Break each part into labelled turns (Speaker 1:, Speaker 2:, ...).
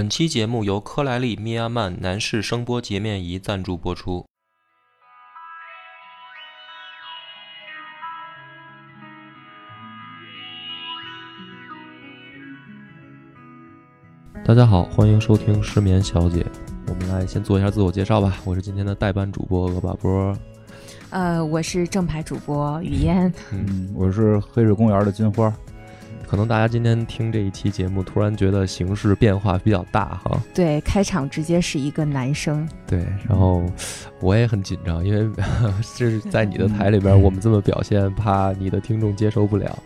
Speaker 1: 本期节目由科莱利密亚曼男士声波洁面仪赞助播出。大家好，欢迎收听失眠小姐。我们来先做一下自我介绍吧，我是今天的代班主播鹅把波。
Speaker 2: 呃，我是正牌主播雨嫣，
Speaker 1: 嗯，
Speaker 3: 我是黑水公园的金花，
Speaker 1: 可能大家今天听这一期节目，突然觉得形势变化比较大哈。
Speaker 2: 对，开场直接是一个男生，
Speaker 1: 对，然后我也很紧张，因为 这是在你的台里边，我们这么表现，怕你的听众接受不了。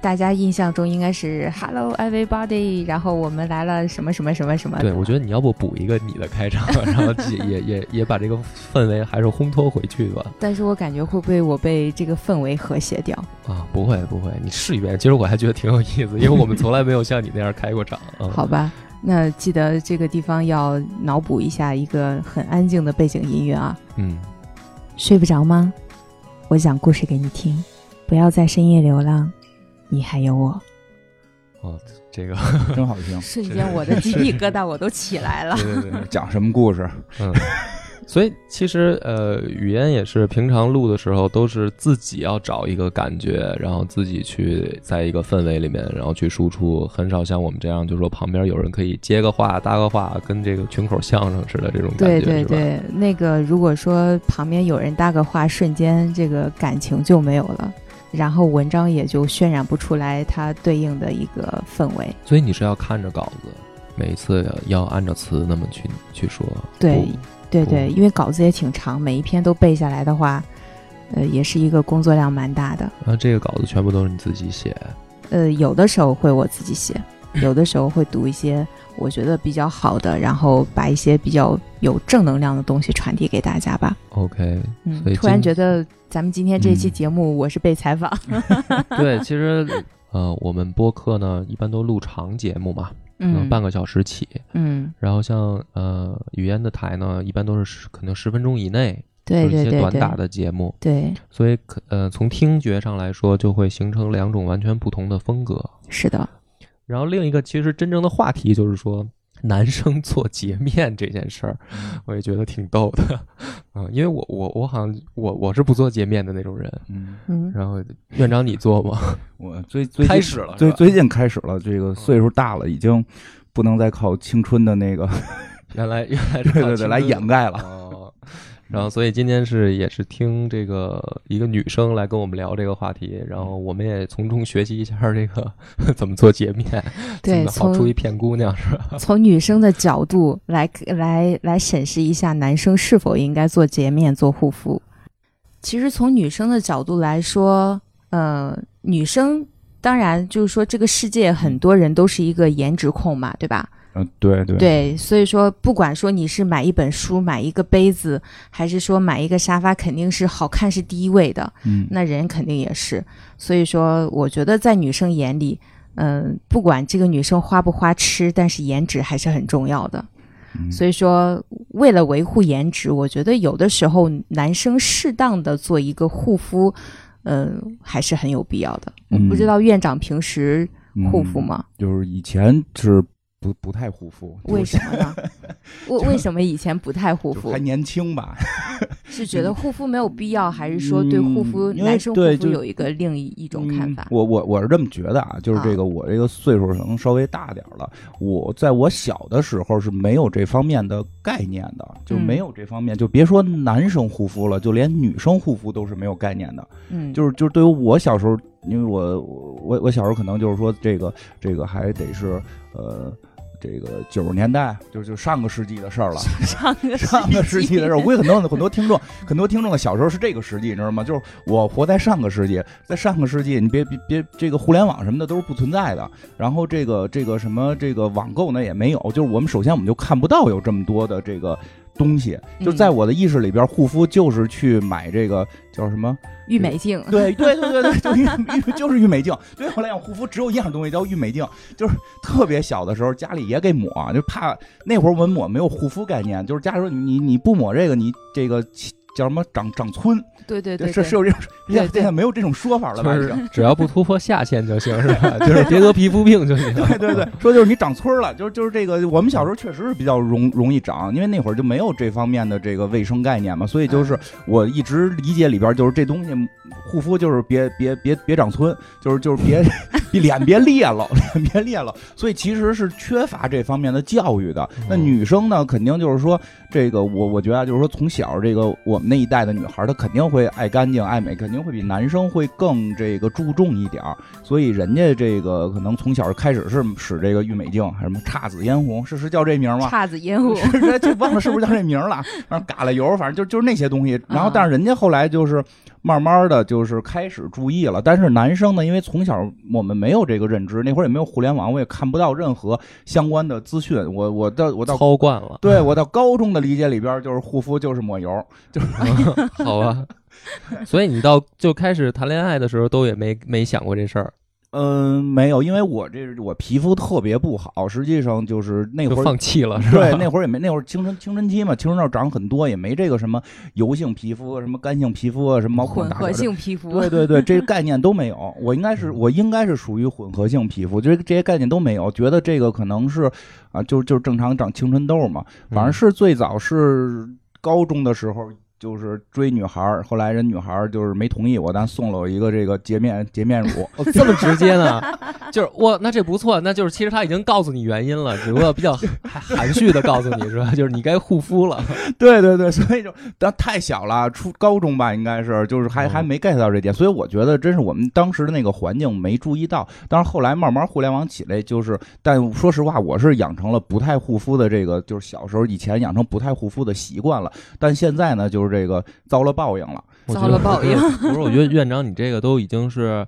Speaker 2: 大家印象中应该是 Hello everybody，然后我们来了什么什么什么什么，
Speaker 1: 对，我觉得你要不补一个你的开场，然后也也也也把这个氛围还是烘托回去吧。
Speaker 2: 但是我感觉会不会我被这个氛围和谐掉？
Speaker 1: 啊，不会不会，你试一遍。其实我还觉得挺有意思，因为我们从来没有像你那样开过场。嗯、
Speaker 2: 好吧，那记得这个地方要脑补一下一个很安静的背景音乐啊。
Speaker 1: 嗯，
Speaker 2: 睡不着吗？我讲故事给你听，不要在深夜流浪，你还有我。。
Speaker 1: 哦，这个，
Speaker 3: 真好听
Speaker 2: 瞬间我的鸡皮疙瘩我都起来了。
Speaker 1: 对对对，
Speaker 3: 讲什么故事？
Speaker 1: 嗯。所以其实呃，语言也是平常录的时候都是自己要找一个感觉，然后自己去在一个氛围里面，然后去输出，很少像我们这样，就说旁边有人可以接个话搭个话，跟这个群口相声似的这种感觉，
Speaker 2: 对对
Speaker 1: 是吧？
Speaker 2: 对，那个如果说旁边有人搭个话，瞬间这个感情就没有了，然后文章也就渲染不出来它对应的一个氛围。
Speaker 1: 所以你是要看着稿子，每一次要按照词那么去去说。
Speaker 2: 对
Speaker 1: 不
Speaker 2: 对
Speaker 1: 不
Speaker 2: 对，因为稿子也挺长，每一篇都背下来的话，呃，也是一个工作量蛮大的。
Speaker 1: 然后啊这个稿子全部都是你自己写，
Speaker 2: 呃，有的时候会我自己写，有的时候会读一些我觉得比较好的，然后把一些比较有正能量的东西传递给大家吧。
Speaker 1: OK，
Speaker 2: 嗯
Speaker 1: 所以，
Speaker 2: 突然
Speaker 1: 今
Speaker 2: 觉得咱们今天这期
Speaker 3: 嗯
Speaker 2: 节目我是被采访，
Speaker 1: 对，其实 呃，我们播客呢一般都录长节目嘛，可能
Speaker 2: 嗯，
Speaker 1: 半个小时起，
Speaker 2: 嗯。
Speaker 1: 然后像呃语言的台呢，一般都是十可能十分钟以内，
Speaker 2: 对
Speaker 1: 就是
Speaker 2: 对
Speaker 1: 一些
Speaker 2: 对
Speaker 1: 短
Speaker 2: 对，
Speaker 1: 打的节目，
Speaker 2: 对，
Speaker 1: 所以可呃从听觉上来说，就会形成两种完全不同的风格。
Speaker 2: 是的，
Speaker 1: 然后另一个其实真正的话题就是说。男生做洁面这件事儿，
Speaker 3: 嗯
Speaker 1: 我也觉得挺逗的， 嗯，因为我我我好像我我是不做洁面的那种人，
Speaker 3: 嗯，
Speaker 2: 嗯，
Speaker 1: 然后院长你做吗？
Speaker 3: 我最最近
Speaker 1: 开始了是吧
Speaker 3: 最最近开始了。这个岁数大了，已经不能再靠青春的那个，
Speaker 1: 原来原来
Speaker 3: 对对对，来掩
Speaker 1: 演
Speaker 3: 盖了。
Speaker 1: 哦， 然后，所以今天是也是听这个一个女生来跟我们聊这个话题，然后我们也从中学习一下这个 怎么做洁面，怎
Speaker 2: 对，
Speaker 1: 么好出
Speaker 2: 从
Speaker 1: 一骗姑娘是吧？
Speaker 2: 从女生的角度来来来审视一下男生是否应该做洁面、做护肤。其实从女生的角度来说，呃，女生当然就是说这个世界很多人都是一个颜值控嘛，对吧？
Speaker 3: 嗯，对对，
Speaker 2: 对，所以说不管说你是买一本书、买一个杯子，还是说买一个沙发，肯定是好看是第一位的。
Speaker 3: 嗯，
Speaker 2: 那人肯定也是。所以说，我觉得在女生眼里，嗯、不管这个女生花不花痴，但是颜值还是很重要的。
Speaker 3: 嗯
Speaker 2: 所以说，为了维护颜值，我觉得有的时候男生适当的做一个护肤，嗯、还是很有必要的。我不知道院长平时护肤吗？
Speaker 3: 嗯就是以前是不不太护肤，
Speaker 2: 为什么呢？ 为为什么以前不太护
Speaker 3: 么就
Speaker 2: 肤
Speaker 3: 还？年轻吧？
Speaker 2: 是觉得护肤没有必要，还是说对护肤、
Speaker 3: 嗯因为
Speaker 2: 男生护
Speaker 3: 对
Speaker 2: 肤
Speaker 3: 就
Speaker 2: 有一个另一一种看
Speaker 3: 嗯
Speaker 2: 法？
Speaker 3: 我我我是这么觉得啊，就是这个我这个岁数可能稍微大点儿了。我在我小的时候是没有这方面的概念的，就
Speaker 2: 嗯
Speaker 3: 没有这方面，就别说男生护肤了，就连女生护肤都是没有概念的。
Speaker 2: 嗯，
Speaker 3: 就是就是对于我小时候，因为我我我我小时候可能就是说这个这个还得是呃。这个九十年代，就是就上个世纪的事儿了，
Speaker 2: 上 个
Speaker 3: 上个世纪的 事儿，我估计很多很多听众，很多听众的小时候是这个世纪，你知道吗？就是我活在上个世纪，在上个世纪，你别别别，这个互联网什么的都是不存在的，然后这个这个什么这个网购呢也没有，就是我们首先我们就看不到有这么多的这个东西，就在我的意识里边，护肤就是去买这个叫什么？
Speaker 2: 郁美净，
Speaker 3: 对对对对对，就郁郁就是郁美净。对我来讲，护肤只有一样东西叫郁美净，就是特别小的时候家里也给抹，就怕那会儿我们抹没有护肤概念，就是家里说你你你不抹这个，你这个。叫什么长长村，
Speaker 2: 对对对，
Speaker 3: 是是有这种，
Speaker 2: 对对
Speaker 3: 现在没有这种说法了吧？
Speaker 1: 就
Speaker 3: 已
Speaker 1: 是
Speaker 3: 经
Speaker 1: 只要不突破下限就行，是吧？就是别得皮肤病就行。
Speaker 3: 对对对，说就是你长村儿了，就是就是这个，我们小时候确实是比较容容易长，因为那会儿就没有这方面的这个卫生概念嘛，所以就是我一直理解里边就是这东西护肤就是别别别别长皴，就是就是别别脸别裂了，脸别裂了，所以其实是缺乏这方面的教育的。那
Speaker 1: 嗯
Speaker 3: 女生呢，肯定就是说这个我我觉得啊就是说从小这个我们那一代的女孩儿，她肯定会爱干净爱美，肯定会比男生会更这个注重一点儿。所以人家这个可能从小开始是使这个郁美净，还什么姹紫嫣红，是是叫这名儿吗？
Speaker 2: 叉子烟雾，
Speaker 3: 是是，就忘了是不是叫这名儿了。然后嘎啦油，反正就就是那些东西。然后，但是人家后来就是慢慢的就是开始注意了。但是男生呢，因为从小我们没有这个认知，那会儿也没有互联网，我也看不到任何相关的资讯。我我到我到。
Speaker 1: 操惯了，
Speaker 3: 对我到高中的理解里边儿，就是护肤就是抹油，
Speaker 1: 好吧。所以你到就开始谈恋爱的时候，都也没没想过这事儿，
Speaker 3: 嗯，没有，因为我这我皮肤特别不好，实际上就是那
Speaker 1: 就
Speaker 3: 会儿
Speaker 1: 放弃 了，是吧？
Speaker 3: 对，那会儿也没，那会儿青春青春期嘛，青春痘长很多，也没这个什么油性皮肤、什么干性皮肤啊，什么毛孔
Speaker 2: 混
Speaker 3: 大
Speaker 2: 合
Speaker 3: 小这。
Speaker 2: 性皮肤，
Speaker 3: 对对对，这概念都没有。我应该
Speaker 1: 嗯
Speaker 3: 是我应该是属于混合性皮肤，就是这些概念都没有。觉得这个可能是啊，就就是正常长青春痘嘛。反
Speaker 1: 嗯
Speaker 3: 正是最早是高中的时候，就是追女孩儿，后来人女孩儿就是没同意我，但送了我一个这个洁面洁面乳。
Speaker 1: 哦，这么直接呢？就是哇，那这不错，那就是其实他已经告诉你原因了，只不过比较含含蓄的告诉你是吧？就是你该护肤了。
Speaker 3: 对对对，所以就当太小了，初高中吧，应该是就是还
Speaker 1: 嗯
Speaker 3: 还没 get 到这点，所以我觉得真是我们当时的那个环境没注意到。当然后来慢慢互联网起来，就是但说实话，我是养成了不太护肤的这个，就是小时候以前养成不太护肤的习惯了，但现在呢，就是这个遭了报应了。
Speaker 1: 我
Speaker 2: 遭
Speaker 1: 觉
Speaker 2: 了
Speaker 1: 得
Speaker 2: 报应。
Speaker 1: 不是，我觉得院长你这个都已经是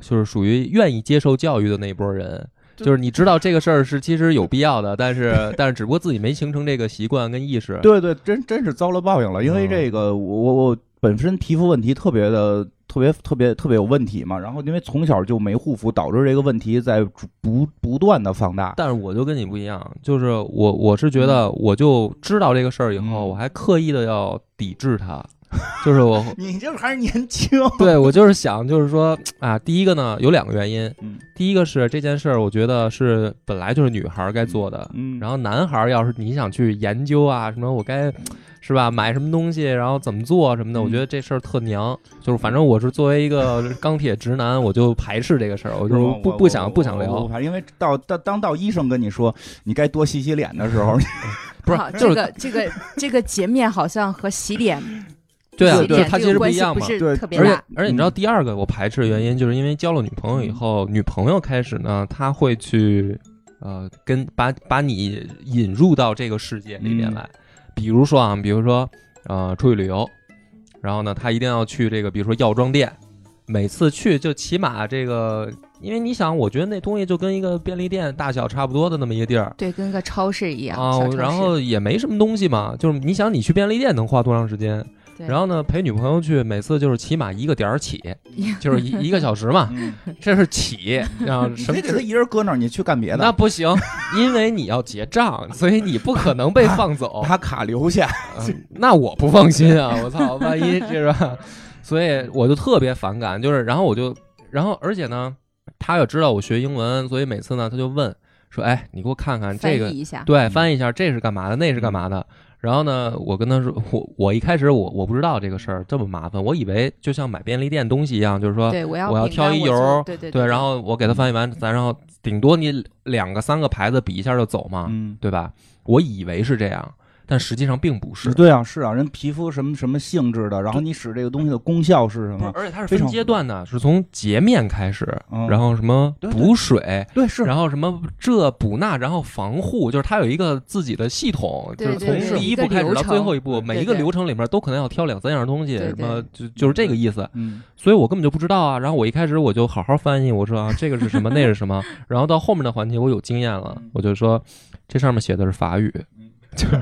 Speaker 1: 就是属于愿意接受教育的那一波人。
Speaker 3: 就
Speaker 1: 就是你知道这个事儿是其实有必要的，但是但是只不过自己没形成这个习惯跟意识。
Speaker 3: 对对，真真是遭了报应了，因为这个我我我本身皮肤问题特别的。特别特别特别有问题嘛，然后因为从小就没护肤，导致这个问题在逐不不断的放大。
Speaker 1: 但是我就跟你不一样，就是我我是觉
Speaker 2: 嗯
Speaker 1: 得我就知道这个事儿以后，
Speaker 3: 嗯
Speaker 1: 我还刻意的要抵制它，就是我
Speaker 3: 你就是还是年轻，
Speaker 1: 对我就是想，就是说啊，第一个呢有两个原因，
Speaker 3: 嗯
Speaker 1: 第一个是这件事儿，我觉得是本来就是女孩儿该做的，
Speaker 3: 嗯，
Speaker 1: 然后男孩儿要是你想去研究啊，什么我该是吧买什么东西，然后怎么做什么的，
Speaker 3: 嗯
Speaker 1: 我觉得这事儿特娘，就是反正我是作为一个钢铁直男，我就排斥这个事儿，我
Speaker 3: 是
Speaker 1: 就
Speaker 3: 吗
Speaker 1: 不
Speaker 3: 我
Speaker 1: 不
Speaker 3: 我
Speaker 1: 想
Speaker 3: 我
Speaker 1: 不想
Speaker 3: 我我
Speaker 1: 聊，
Speaker 3: 怕因为到到当到医生跟你说你该多洗洗脸的时候，
Speaker 1: 不是
Speaker 2: 好
Speaker 1: 就
Speaker 2: 啊这
Speaker 1: 是
Speaker 2: 个这 个这个洁面好像和洗脸
Speaker 1: 对啊，
Speaker 2: 洗
Speaker 1: 就是
Speaker 2: 脸
Speaker 1: 它
Speaker 2: 这
Speaker 1: 其
Speaker 2: 个
Speaker 1: 实不
Speaker 2: 关
Speaker 1: 一
Speaker 2: 系
Speaker 1: 样
Speaker 2: 不
Speaker 1: 嘛。
Speaker 2: 是
Speaker 3: 对
Speaker 2: 特别
Speaker 1: 而且
Speaker 2: 大，
Speaker 1: 而且你知道第二个我排斥的原因，就是因为交了女朋友以后，
Speaker 2: 嗯
Speaker 1: 女朋友开始呢，她会去呃跟把把你引入到这个世界里面来。
Speaker 2: 嗯
Speaker 1: 比如说啊，比如说呃出去旅游，然后呢，她一定要去这个，比如说药妆店，每次去就起码这个，因为你想，我觉得那东西就跟一个便利店大小差不多的那么一个地儿。
Speaker 2: 对，跟个超市一样
Speaker 1: 啊
Speaker 2: 小超，市
Speaker 1: 然后也没什么东西嘛，就是你想你去便利店能花多长时间？
Speaker 2: 对
Speaker 1: 然后呢，陪女朋友去，每次就是起码一个点儿起，就是一一个小时 嘛，这是起，然后
Speaker 3: 你
Speaker 1: 什么
Speaker 3: 非给他一人搁那儿，你去干别
Speaker 1: 那
Speaker 3: 的，
Speaker 1: 不行，因为你要结 账，所以你不可能被放走。
Speaker 3: 把卡留下。
Speaker 1: 嗯那我不放心啊！我操，万一这是， 所以我就特别反感，就是然后我就，然后而且呢，他也知道我学英文，所以每次呢他就问说：“哎，你给我看看
Speaker 2: 翻
Speaker 1: 这个
Speaker 2: 译一下，
Speaker 1: 对，
Speaker 3: 嗯
Speaker 1: 翻译一下这是干嘛的，那是干嘛的。然后呢，我跟他说，我我一开始我我不知道这个事儿这么麻烦，我以为就像买便利店东西一样，就是说
Speaker 2: 对我要
Speaker 1: 我要
Speaker 2: 饼
Speaker 1: 挑
Speaker 2: 干
Speaker 1: 一
Speaker 2: 我就
Speaker 1: 油
Speaker 2: 对对
Speaker 1: 对，然后我给他翻译完，咱然后顶多你两个三个牌子比一下就走嘛，
Speaker 3: 嗯，
Speaker 1: 对吧？我以为是这样，但实际上并不是。
Speaker 3: 对啊，是啊，人皮肤什么什么性质的，然后你使这个东西的功效是什
Speaker 1: 不是
Speaker 3: 么？
Speaker 1: 而且它是
Speaker 3: 非
Speaker 1: 分
Speaker 3: 常
Speaker 1: 阶段的，是从洁面开始，
Speaker 3: 嗯
Speaker 1: 然后什么
Speaker 3: 对对
Speaker 1: 补水，
Speaker 3: 对，是
Speaker 1: 然后什么这补那，然后防护，就是它有一个自己的系统，
Speaker 2: 对
Speaker 1: 就是
Speaker 3: 对对
Speaker 1: 从第一
Speaker 2: 一个
Speaker 1: 步开始
Speaker 2: 流
Speaker 1: 到
Speaker 2: 程
Speaker 1: 最后一步，每一个
Speaker 2: 对
Speaker 1: 流程里面都可能要挑两三样东西，
Speaker 2: 对
Speaker 1: 什
Speaker 2: 对
Speaker 1: 么就就是这个意思。
Speaker 3: 嗯，
Speaker 1: 所以我根本就不知道啊。然后我一开始我就好好翻译，我说啊这个是什么，那是什 么。然后到后面的环节我有经验了，我就说这上面写的是法语，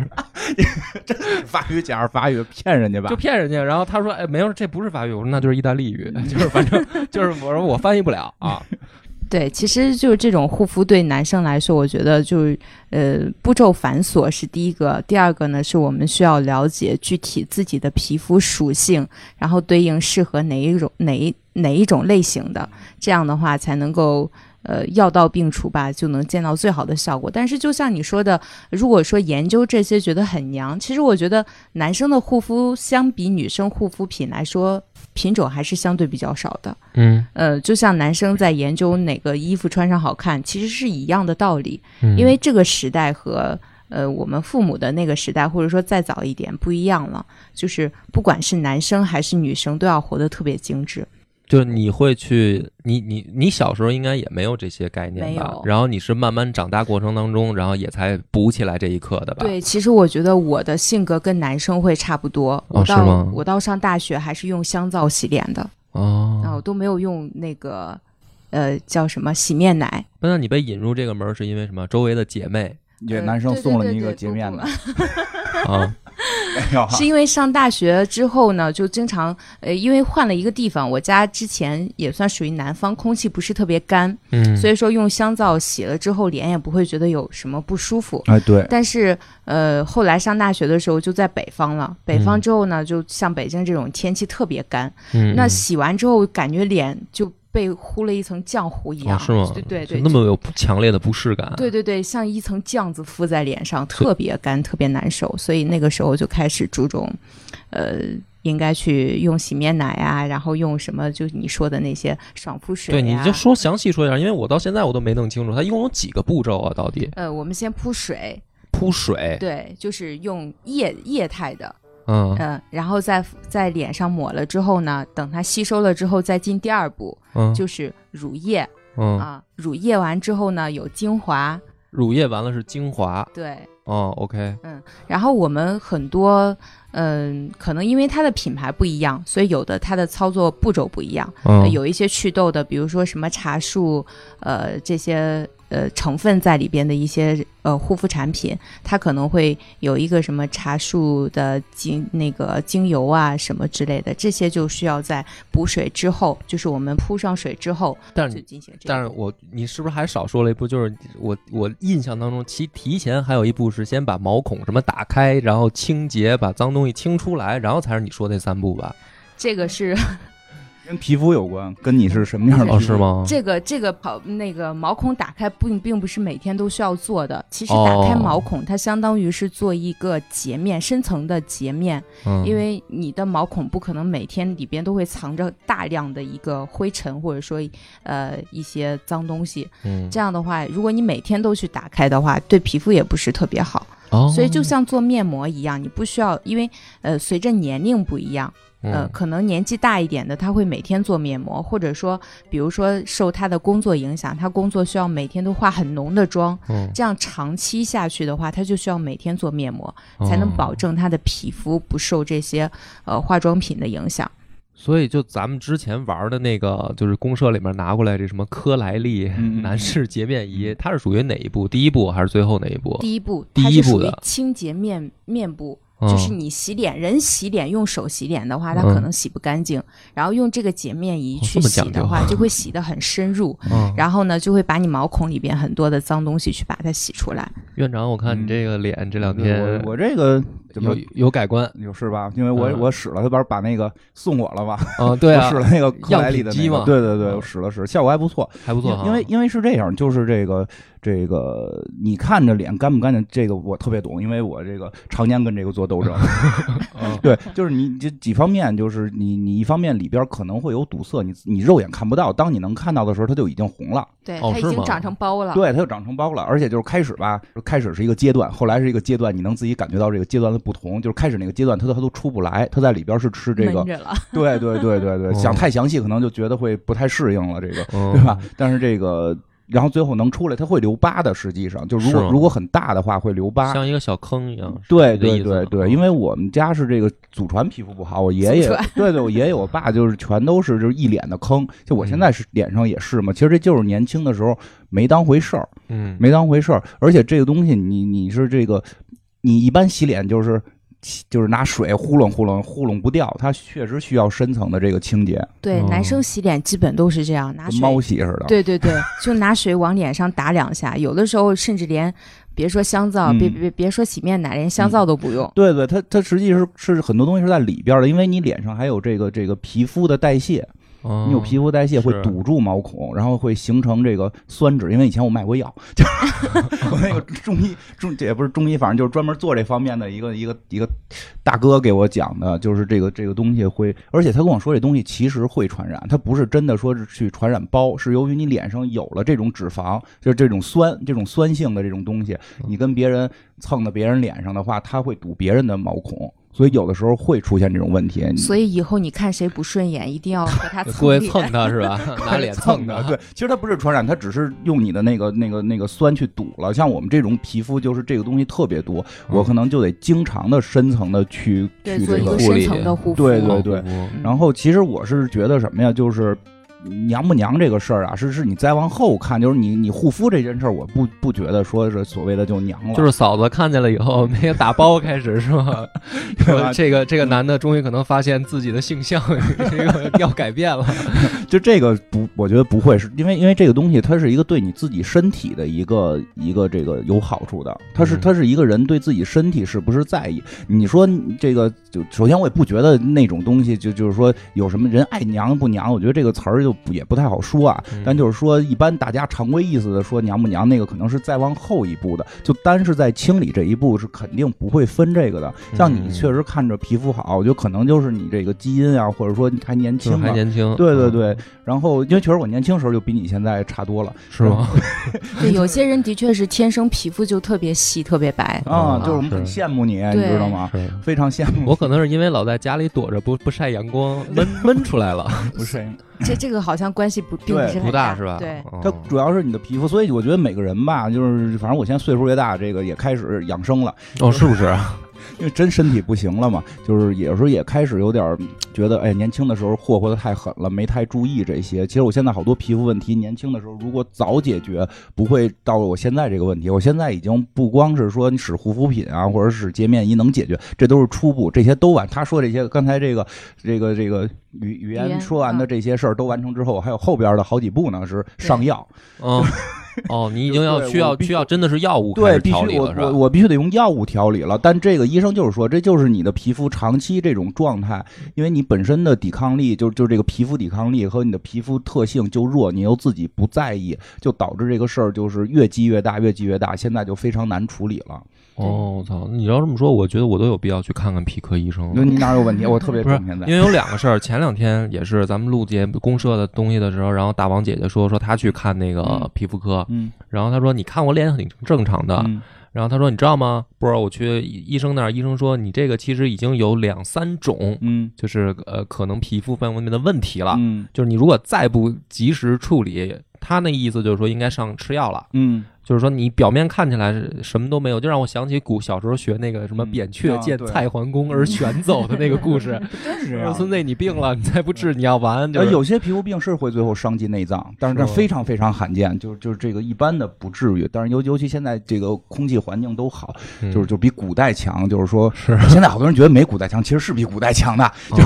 Speaker 3: 法语假法语骗人家吧
Speaker 1: 就？骗人家。然后他 说哎没有，这不是法语，我说那就是意大利语，就是反正就是我说我翻译不了啊。
Speaker 2: 对，其实就是这种护肤对男生来说，我觉得就是呃步骤繁琐是第一个，第二个呢是我们需要了解具体自己的皮肤属性，然后对应适合哪一种哪一哪一种类型的，这样的话才能够。呃，药到病除吧，就能见到最好的效果。但是，就像你说的，如果说研究这些觉得很娘，其实我觉得男生的护肤相比女生护肤品来说，品种还是相对比较少的。
Speaker 1: 嗯，
Speaker 2: 呃，就像男生在研究哪个衣服穿上好看，其实是一样的道理，
Speaker 1: 嗯
Speaker 2: 因为这个时代和呃我们父母的那个时代，或者说再早一点不一样了，就是不管是男生还是女生，都要活得特别精致。
Speaker 1: 就是你会去，你你你小时候应该也没有这些概念
Speaker 2: 没
Speaker 1: 吧
Speaker 2: 有？
Speaker 1: 然后你是慢慢长大过程当中，然后也才补起来这一课的吧？，
Speaker 2: 对，其实我觉得我的性格跟男生会差不多。我
Speaker 1: 哦是
Speaker 2: 到、
Speaker 1: 吗
Speaker 2: 我到上大学还是用香皂洗脸的，啊，我
Speaker 1: 哦，
Speaker 2: 都没有用那个呃叫什么洗面奶。
Speaker 1: 那你被引入这个门儿是因为什么？周围的姐妹
Speaker 3: 也
Speaker 2: 呃
Speaker 3: 男生
Speaker 2: 对对
Speaker 3: 送了
Speaker 2: 对
Speaker 3: 你一
Speaker 2: 对
Speaker 3: 个
Speaker 2: 不
Speaker 3: 洁面
Speaker 2: 不
Speaker 3: 奶，
Speaker 1: 啊，
Speaker 3: 没有啊？
Speaker 2: 是因为上大学之后呢，就经常呃，因为换了一个地方，我家之前也算属于南方，空气不是特别干，
Speaker 1: 嗯，
Speaker 2: 所
Speaker 1: 以
Speaker 2: 以说用香皂洗了之后，脸也不会觉得有什么不舒服。
Speaker 3: 哎，对，
Speaker 2: 但是，呃，后来上大学的时候就在北方了。北方
Speaker 1: 嗯
Speaker 2: 之后呢，就像北京这种天气特别干，那
Speaker 1: 嗯
Speaker 2: 洗完之后感觉脸就被糊了一层浆糊一样，
Speaker 1: 哦是吗？
Speaker 2: 对啊对
Speaker 1: 就
Speaker 2: 对，
Speaker 1: 那么有不强烈的不适感，
Speaker 2: 对对对，像一层酱子敷在脸上，特别干，特别难受。所以那个时候就开始注重，呃，应该去用洗面奶啊，然后用什么，就你说的那些爽肤水、啊
Speaker 1: 对，
Speaker 2: 呀。
Speaker 1: 你就说详细说一下，因为我到现在我都没弄清楚它一共有几个步骤啊？到底
Speaker 2: 呃，我们先铺水，
Speaker 1: 铺水，
Speaker 2: 对，就是用液液态的，
Speaker 1: 嗯
Speaker 2: 呃，然后在在脸上抹了之后呢，等它吸收了之后，再进第二步，
Speaker 1: 嗯，
Speaker 2: 就是乳液
Speaker 1: 嗯，
Speaker 2: 啊、乳液完之后呢，有精华，
Speaker 1: 乳液完了是精华，
Speaker 2: 对，
Speaker 1: 哦，OK，
Speaker 2: 然后我们很多，嗯，可能因为它的品牌不一样，所以有的它的操作步骤不一样。呃
Speaker 1: 嗯，
Speaker 2: 有一些祛痘的，比如说什么茶树，呃，这些呃成分在里边的一些呃护肤产品，它可能会有一个什么茶树的精那个精油啊什么之类的，这些就需要在补水之后，就是我们铺上水之后
Speaker 1: 但是
Speaker 2: 就
Speaker 1: 你
Speaker 2: 进行这个。
Speaker 1: 但是我你是不是还少说了一步？就是我我印象当中，其提前还有一步是先把毛孔什么打开，然后清洁，把脏东西清出来，然后才是你说那三步吧？
Speaker 2: 这个是
Speaker 3: 跟皮肤有关，跟你是什么样的皮肤？
Speaker 1: 哦，是吗？
Speaker 2: 嗯这个这个跑那个毛孔打开并并不是每天都需要做的，其实
Speaker 1: 哦
Speaker 2: 打开毛孔，它相当于是做一个洁面，深层的洁面，
Speaker 1: 嗯，
Speaker 2: 因为你的毛孔不可能每天里边都会藏着大量的一个灰尘或者说呃一些脏东西，
Speaker 1: 嗯，
Speaker 2: 这样的话，如果你每天都去打开的话，对皮肤也不是特别好。
Speaker 1: 哦，
Speaker 2: 所以就像做面膜一样，你不需要，因为呃随着年龄不一样。呃，
Speaker 1: 嗯
Speaker 2: 可能年纪大一点的，他会每天做面膜，或者说，比如说受他的工作影响，他工作需要每天都化很浓的妆，
Speaker 1: 嗯
Speaker 2: 这样长期下去的话，他就需要每天做面膜，才能保
Speaker 1: 哦
Speaker 2: 证他的皮肤不受这些呃化妆品的影响。
Speaker 1: 所以就咱们之前玩的那个，就是公社里面拿过来这什么科莱利
Speaker 3: 嗯嗯嗯
Speaker 1: 男士洁面仪，它是属于哪一步？第一步还是最后哪一步？
Speaker 2: 第一步，
Speaker 1: 第
Speaker 2: 它
Speaker 1: 一
Speaker 2: 是
Speaker 1: 步
Speaker 2: 属于
Speaker 1: 的
Speaker 2: 清洁面面部，
Speaker 1: 嗯
Speaker 2: 就是你洗脸，人洗脸用手洗脸的话，它
Speaker 1: 嗯
Speaker 2: 可能洗不干净，然后用这个洁面仪
Speaker 1: 哦
Speaker 2: 去
Speaker 1: 这么
Speaker 2: 洗
Speaker 1: 讲
Speaker 2: 的
Speaker 1: 究
Speaker 2: 话，就会洗得很深入。
Speaker 1: 嗯，
Speaker 2: 然后呢，就会把你毛孔里边很多的脏东西去把它洗出来。
Speaker 1: 院长，我看你
Speaker 3: 嗯
Speaker 1: 这个脸这两
Speaker 3: 对
Speaker 1: 天
Speaker 3: 我我这个怎么
Speaker 1: 有有改观
Speaker 3: 有事吧？因为我
Speaker 1: 嗯
Speaker 3: 我使了，他把把那个送我了吧？
Speaker 1: 啊，对啊
Speaker 3: 我使，了那个科莱利
Speaker 1: 样
Speaker 3: 的
Speaker 1: 品机
Speaker 3: 那
Speaker 1: 嘛
Speaker 3: 个，对对对，
Speaker 1: 嗯
Speaker 3: 我使了使，效果还不错。
Speaker 1: 还不错
Speaker 3: 因
Speaker 1: 哈，
Speaker 3: 因为因为是这样，就是这个这个，你看着脸干不干净，这个我特别懂，因为我这个常年跟这个做斗 争。
Speaker 1: 嗯
Speaker 3: 对，就是你这几方面，就是你你一方面里边可能会有堵塞，你你肉眼看不到，当你能看到的时候，它就已经红了，
Speaker 2: 对，
Speaker 1: 哦
Speaker 2: 它已
Speaker 1: 是
Speaker 2: 经
Speaker 1: 吗
Speaker 2: 长成包
Speaker 1: 啊
Speaker 2: 了。
Speaker 3: 对，它就长成包了。而且就是开始吧，开始是一个阶段，后来是一个阶段，你能自己感觉到这个阶段的不同。就是开始那个阶段，它都它都出不来，它在里边是吃这个
Speaker 2: 闷，着了，
Speaker 3: 对对对对对，
Speaker 1: 哦
Speaker 3: 想太详细可能就觉得会不太适应了这个。
Speaker 1: 嗯
Speaker 3: 对吧？？但是这个，然后最后能出来，它会留疤的。实际上，就如
Speaker 1: 是
Speaker 3: 果
Speaker 1: 吗
Speaker 3: 如果很大的话，会留疤。
Speaker 1: 像一个小坑一样。
Speaker 3: 对
Speaker 1: 是这意
Speaker 3: 对
Speaker 1: 思
Speaker 3: 对
Speaker 1: 吗
Speaker 3: 对，因为我们家是这个祖传皮肤不好，我爷爷
Speaker 2: 祖传
Speaker 3: 对对，我爷爷我爸就是全都是就是一脸的坑，就我现
Speaker 1: 嗯
Speaker 3: 在是脸上也是嘛。其实这就是年轻的时候没当回事儿，
Speaker 1: 嗯，
Speaker 3: 没当回事儿，而且这个东西你你是这个，你一般洗脸就是就是拿水糊弄糊弄糊弄不掉，它确实需要深层的这个清洁，
Speaker 2: 对，
Speaker 1: 哦
Speaker 2: 男生洗脸基本都是这样，拿
Speaker 3: 跟
Speaker 2: 水
Speaker 3: 猫洗似的。
Speaker 2: 对对对，就拿水往脸上打两下，有的时候甚至连别说香皂，别
Speaker 3: 嗯
Speaker 2: 别别说洗面奶，连香皂都不用。
Speaker 3: 对对，它它实际是是很多东西是在里边儿的，因为你脸上还有这个这个皮肤的代谢，你有皮
Speaker 1: 肤
Speaker 3: 肤代谢会
Speaker 1: 哦是
Speaker 3: 堵住毛孔，然后会形成这个酸脂。因为以前我卖过药，就是 我那个中医中也不是中医，反正就是专门做这方面的一个一个一个大哥给我讲的，就是这个这个东西会，而且他跟我说这东西其实会传染，它不是真的说是去传染包，是由于你脸上有了这种脂肪，就是这种酸这种酸性的这种东西，你跟别人蹭到别人脸上的话，它会堵别人的毛孔，所以有的时候会出现这种问题。你
Speaker 2: 所以以后你看谁不顺眼，一定要 和他
Speaker 1: 过去
Speaker 2: 蹭脸。
Speaker 1: 蹭它是吧？拿脸蹭
Speaker 3: 的
Speaker 1: 它，，
Speaker 3: 对，其实它不是传染，它只是用你的那个、那个、那个酸去堵了。像我们这种皮肤，就是这个东西特别多，
Speaker 1: 嗯
Speaker 3: 我可能就得经常的深层的去
Speaker 2: 对，
Speaker 3: 去
Speaker 2: 做
Speaker 3: 这
Speaker 2: 一
Speaker 1: 护
Speaker 2: 个
Speaker 3: 个。
Speaker 2: 深
Speaker 1: 理
Speaker 2: 层的护肤。嗯
Speaker 3: 对对
Speaker 1: 哦
Speaker 3: 对
Speaker 1: 不不
Speaker 3: 然后，其实我是觉得什么呀，就是娘不娘这个事儿啊，是是你再往后看，就是你你护肤这件事儿，我不不觉得说是所谓的就娘了，
Speaker 1: 就是嫂子看见了以后，那个打包开始是吧？
Speaker 3: 对
Speaker 1: 说
Speaker 3: 吧
Speaker 1: 这个这个男的终于可能发现自己的性向 这个要改变了，
Speaker 3: 就这个不，我觉得不会是因为因为这个东西它是一个对你自己身体的一个一个这个有好处的，它是
Speaker 1: 嗯
Speaker 3: 它是一个人对自己身体是不是在意。你说你这个就首先我也不觉得那种东西就就是说有什么人爱娘不娘，我觉得这个词儿就不也不太好说啊。
Speaker 1: 嗯
Speaker 3: 但就是说一般大家常规意思的说娘不娘，那个可能是再往后一步的，就单是在清理这一步是肯定不会分这个的。像你
Speaker 1: 嗯
Speaker 3: 确实看着皮肤好，我觉得可能就是你这个基因啊，或者说你还年
Speaker 1: 就是
Speaker 3: 轻
Speaker 1: 还
Speaker 3: 啊。
Speaker 1: 年轻，
Speaker 3: 对对对
Speaker 1: 嗯，
Speaker 3: 然后因为确实我年轻时候就比你现在差多了
Speaker 1: 是吗？
Speaker 2: 对，有些人的确是天生皮肤就特别细、特别 白。
Speaker 1: 嗯
Speaker 3: 啊，就是我们很
Speaker 1: 是
Speaker 3: 羡慕你，你知道吗？
Speaker 1: 是
Speaker 3: 非常羡慕
Speaker 1: 嗯我可能是因为老在家里躲着不不晒阳光， 闷闷出来了，
Speaker 3: 不是，
Speaker 2: 这这个好像关系不并
Speaker 3: 对
Speaker 2: 不是
Speaker 1: 不
Speaker 2: 很
Speaker 1: 大是吧？
Speaker 2: 对，
Speaker 1: 哦
Speaker 3: 它主要是你的皮肤，所以我觉得每个人吧，就是反正我现在岁数越大，这个也开始养生了，
Speaker 1: 哦，是不是？
Speaker 3: 因为真身体不行了嘛，就是有时候也开始有点儿觉得，哎，年轻的时候霍霍的太狠了，没太注意这些。其实我现在好多皮肤问题，年轻的时候如果早解决，不会到我现在这个问题。我现在已经不光是说你使护肤品啊，或者使洁面仪能解决，这都是初步，这些都完。他说这些，刚才这个这个这个语语
Speaker 2: 语
Speaker 3: 言
Speaker 2: 言
Speaker 3: 说完的
Speaker 2: 嗯
Speaker 3: 这些事儿都完成之后，我还有后边的好几步呢，是上药。
Speaker 1: 嗯，哦，你已经要
Speaker 3: 对
Speaker 1: 需要
Speaker 3: 我必须
Speaker 1: 需要真的是药物开
Speaker 3: 对，
Speaker 1: 始
Speaker 3: 必
Speaker 1: 调
Speaker 3: 须
Speaker 1: 理
Speaker 3: 我
Speaker 1: 了是
Speaker 3: 我
Speaker 1: 吧？
Speaker 3: 我必须得用药物调理了。但这个医生就是说，这就是你的皮肤长期这种状态，因为你本身的抵抗力就就这个皮肤抵抗力和你的皮肤特性就弱，你又自己不在意，就导致这个事儿就是越积越大，越积越大，现在就非常难处理了。
Speaker 1: 哦，我操！你要这么说，我觉得我都有必要去看看皮科医生了
Speaker 3: 因为。你哪有问题？我特别
Speaker 1: 不是
Speaker 3: 重现在
Speaker 1: 因。为有两个事儿，前两天也是咱们录节目公社的东西的时候，然后大王姐姐说说她去看那个
Speaker 3: 嗯
Speaker 1: 皮肤科，
Speaker 3: 嗯
Speaker 1: 然后她说你看我脸很正常的，
Speaker 3: 嗯
Speaker 1: 然后她说你知道吗？波儿，我去医医生那儿，医生说你这个其实已经有两三种，
Speaker 3: 嗯
Speaker 1: 就是呃可能皮肤方面的问题了，
Speaker 3: 嗯
Speaker 1: 就是你如果再不及时处理，他那意思就是说应该上吃药了。
Speaker 3: 嗯，
Speaker 1: 就是说，你表面看起来是什么都没有，就让我想起古小时候学那个什么“
Speaker 3: 嗯
Speaker 1: 扁鹊
Speaker 3: 啊
Speaker 1: 见
Speaker 3: 对
Speaker 1: 蔡桓公而旋走”的那个故事。
Speaker 3: 真 是这啊
Speaker 1: 说
Speaker 3: 样。
Speaker 1: 孙子，你病了，你 再不治，你要完。就
Speaker 3: 呃，
Speaker 1: 是
Speaker 3: 有些皮肤病是会最后伤及内脏，但是这
Speaker 1: 是吗
Speaker 3: 非常非常罕见，就是就是这个一般的不至于。但是尤尤其现在这个空气环境都好，
Speaker 1: 嗯
Speaker 3: 就是就比古代强，就是说，
Speaker 1: 是
Speaker 3: 现在好多人觉得没古代强，其实是比古代强的，
Speaker 1: 嗯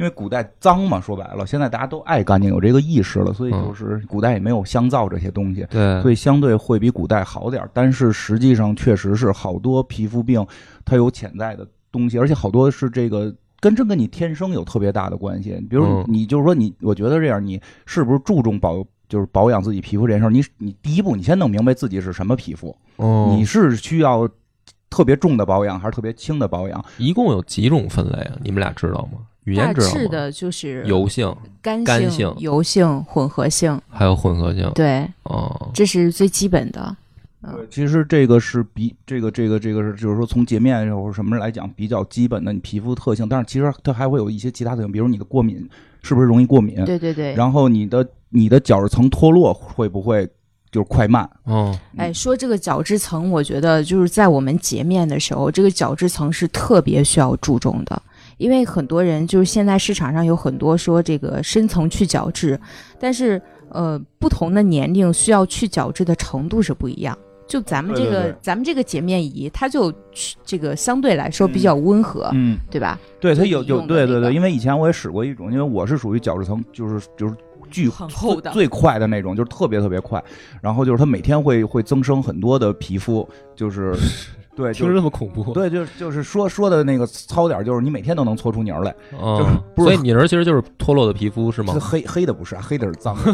Speaker 3: 因为古代脏嘛，说白了，现在大家都爱干净，有这个意识了，所以
Speaker 1: 嗯
Speaker 3: 就是古代也没有香皂这些东西，
Speaker 1: 对，
Speaker 3: 所以相对会比古代好点儿。但是实际上确实是好多皮肤病，它有潜在的东西，而且好多是这个。跟真跟你天生有特别大的关系，比如
Speaker 1: 嗯
Speaker 3: 你就是说你，我觉得这样，你是不是注重保就是保养自己皮肤这件事儿？你你第一步，你先弄明白自己是什么皮肤，
Speaker 1: 哦
Speaker 3: 你是需要特别重的保养还是特别轻的保养？
Speaker 1: 一共有几种分类啊？你们俩知道吗？语
Speaker 2: 大
Speaker 1: 言知道
Speaker 2: 致
Speaker 1: 吗？
Speaker 2: 的就是
Speaker 1: 油性
Speaker 2: 干
Speaker 1: 干性哦
Speaker 2: 油性、混合性，
Speaker 1: 还有混合性。
Speaker 2: 对，
Speaker 1: 哦，
Speaker 2: 这是最基本的。
Speaker 3: 对，其实这个是比这个这个这个是就是说从洁面或者什么来讲比较基本的你皮肤特性，但是其实它还会有一些其他特性，比如你的过敏是不是容易过敏，
Speaker 2: 对对对。
Speaker 3: 嗯然后你的你的角质层脱落会不会就是快慢？
Speaker 1: 哦，
Speaker 2: 哎，说这个角质层，我觉得就是在我们洁面的时候，这个角质层是特别需要注重的，因为很多人就是现在市场上有很多说这个深层去角质，但是呃，不同的年龄需要去角质的程度是不一样。就咱们这
Speaker 3: 对
Speaker 2: 个
Speaker 3: 对对
Speaker 2: 咱们这个洁面仪，它就去这个相对来说比较温和，
Speaker 3: 嗯，
Speaker 2: 对吧？
Speaker 3: 对，它
Speaker 2: 就
Speaker 3: 有
Speaker 2: 你
Speaker 3: 有
Speaker 2: 用的
Speaker 3: 对
Speaker 2: 那
Speaker 3: 对
Speaker 2: 个
Speaker 3: 对，因为以前我也使过一种，因为我是属于角质层就是就是巨
Speaker 4: 很厚的
Speaker 3: 最最快的那种，就是特别特别快。然后就是它每天会会增生很多的皮肤，就是对，就
Speaker 1: 听着
Speaker 3: 是
Speaker 1: 这么恐怖，
Speaker 3: 对，就是就是说说的那个糙点儿，就是你每天都能搓出泥儿来。就是
Speaker 1: 嗯，
Speaker 3: 不是
Speaker 1: 所以你那儿其实就是脱落的皮肤是吗
Speaker 3: 这？黑黑的不是啊，黑的是脏 的，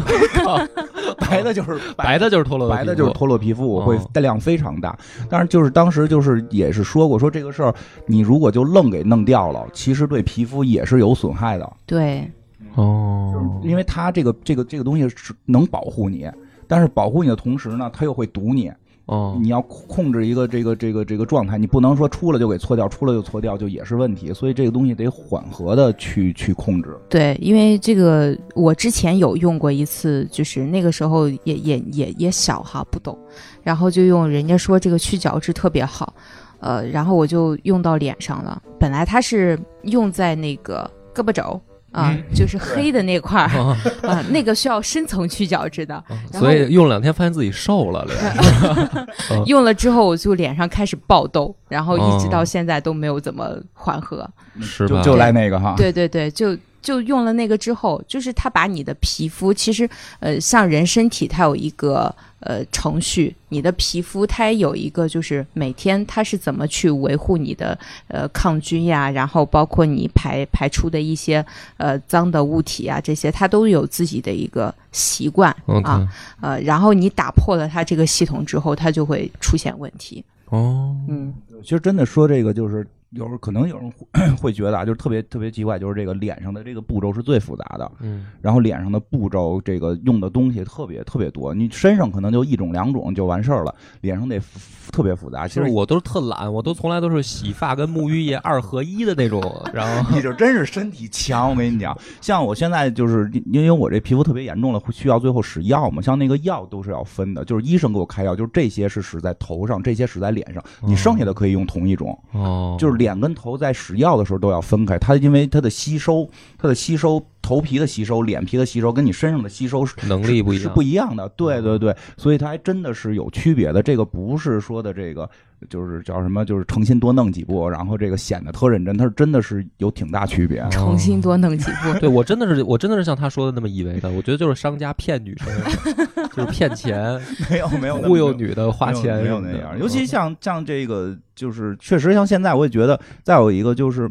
Speaker 3: 白的就是
Speaker 1: 白的就是脱落的皮
Speaker 3: 白
Speaker 1: 肤，
Speaker 3: 的就是脱落皮肤，嗯我会
Speaker 1: 哦
Speaker 3: 带量非常大。但是就是当时就是也是说过，说这个事儿你如果就愣给弄掉了，其实对皮肤也是有损害的，
Speaker 2: 对，
Speaker 1: 哦，
Speaker 3: 因为它这个这个这个东西是能保护你。但是保护你的同时呢，它又会毒你。
Speaker 1: 哦，
Speaker 3: 你要控制一个这个这个这个状态，你不能说出了就给搓掉，出了就搓掉，就也是问题。所以这个东西得缓和的去去控制。
Speaker 2: 对，因为这个我之前有用过一次，就是那个时候也也也也小哈，不懂，然后就用人家说这个去角质特别好，呃，然后我就用到脸上了。本来它是用在那个胳膊肘啊、就是黑的那块儿啊、
Speaker 1: 嗯哦
Speaker 2: 那个需要深层去角质的。
Speaker 1: 哦
Speaker 2: 然后
Speaker 1: 所以用了两天发现自己瘦了，脸
Speaker 2: 用了之后，我就脸上开始爆痘，然后一直
Speaker 1: 哦
Speaker 2: 到现在都没有怎么缓和。
Speaker 1: 是
Speaker 3: 嗯就
Speaker 1: 吧
Speaker 3: 就来那个哈，
Speaker 2: 对对对，就就用了那个之后，就是它把你的皮肤，其实呃，像人身体它有一个呃程序，你的皮肤它也有一个，就是每天它是怎么去维护你的呃抗菌呀，然后包括你排排出的一些呃脏的物体啊，这些它都有自己的一个习惯
Speaker 1: 嗯，OK，
Speaker 2: 啊，呃，然后你打破了它这个系统之后，它就会出现问题。
Speaker 1: 哦，
Speaker 2: 嗯，
Speaker 3: 其实真的说这个，就是有时候可能有人会 会觉得啊，就是特别特别奇怪，就是这个脸上的这个步骤是最复杂的，
Speaker 1: 嗯，
Speaker 3: 然后脸上的步骤这个用的东西特别特别多，你身上可能就一种两种就完事儿了，脸上得复复特别复杂。其
Speaker 1: 其
Speaker 3: 实
Speaker 1: 实我都是特懒，我都从来都是洗发跟沐浴液二合一的那 种，然后
Speaker 3: 你这真是身体强，我跟你讲，像我现在就是因为我这皮肤特别严重了，会需要最后使药嘛，像那个药都是要分的，就是医生给我开药，就是这些是使在头上，这些使在脸上，你剩下的可以用同一种。
Speaker 1: 哦，
Speaker 3: 就是脸跟头在使药的时候都要分开，它因为它的吸收，它的吸收头皮的吸收、脸皮的吸收跟你身上的吸收是
Speaker 1: 能力不一
Speaker 3: 是
Speaker 1: 样
Speaker 3: 不，一样嗯的。对对对，所以它还真的是有区别的。这个不是说的这个就是叫什么，就是诚心多弄几步，然后这个显得特认真，它是真的是有挺大区别。
Speaker 2: 重新多弄几步。
Speaker 1: 对我真的是，我真的是像他说的那么以为的，我觉得就是商家骗女生， 就是骗钱，
Speaker 3: 没有没
Speaker 1: 忽悠女的花钱
Speaker 3: 没有
Speaker 1: 什么
Speaker 3: 没
Speaker 1: 的
Speaker 3: 有那样。嗯尤其像像这个，就是确实像现在，我也觉得再有一个就是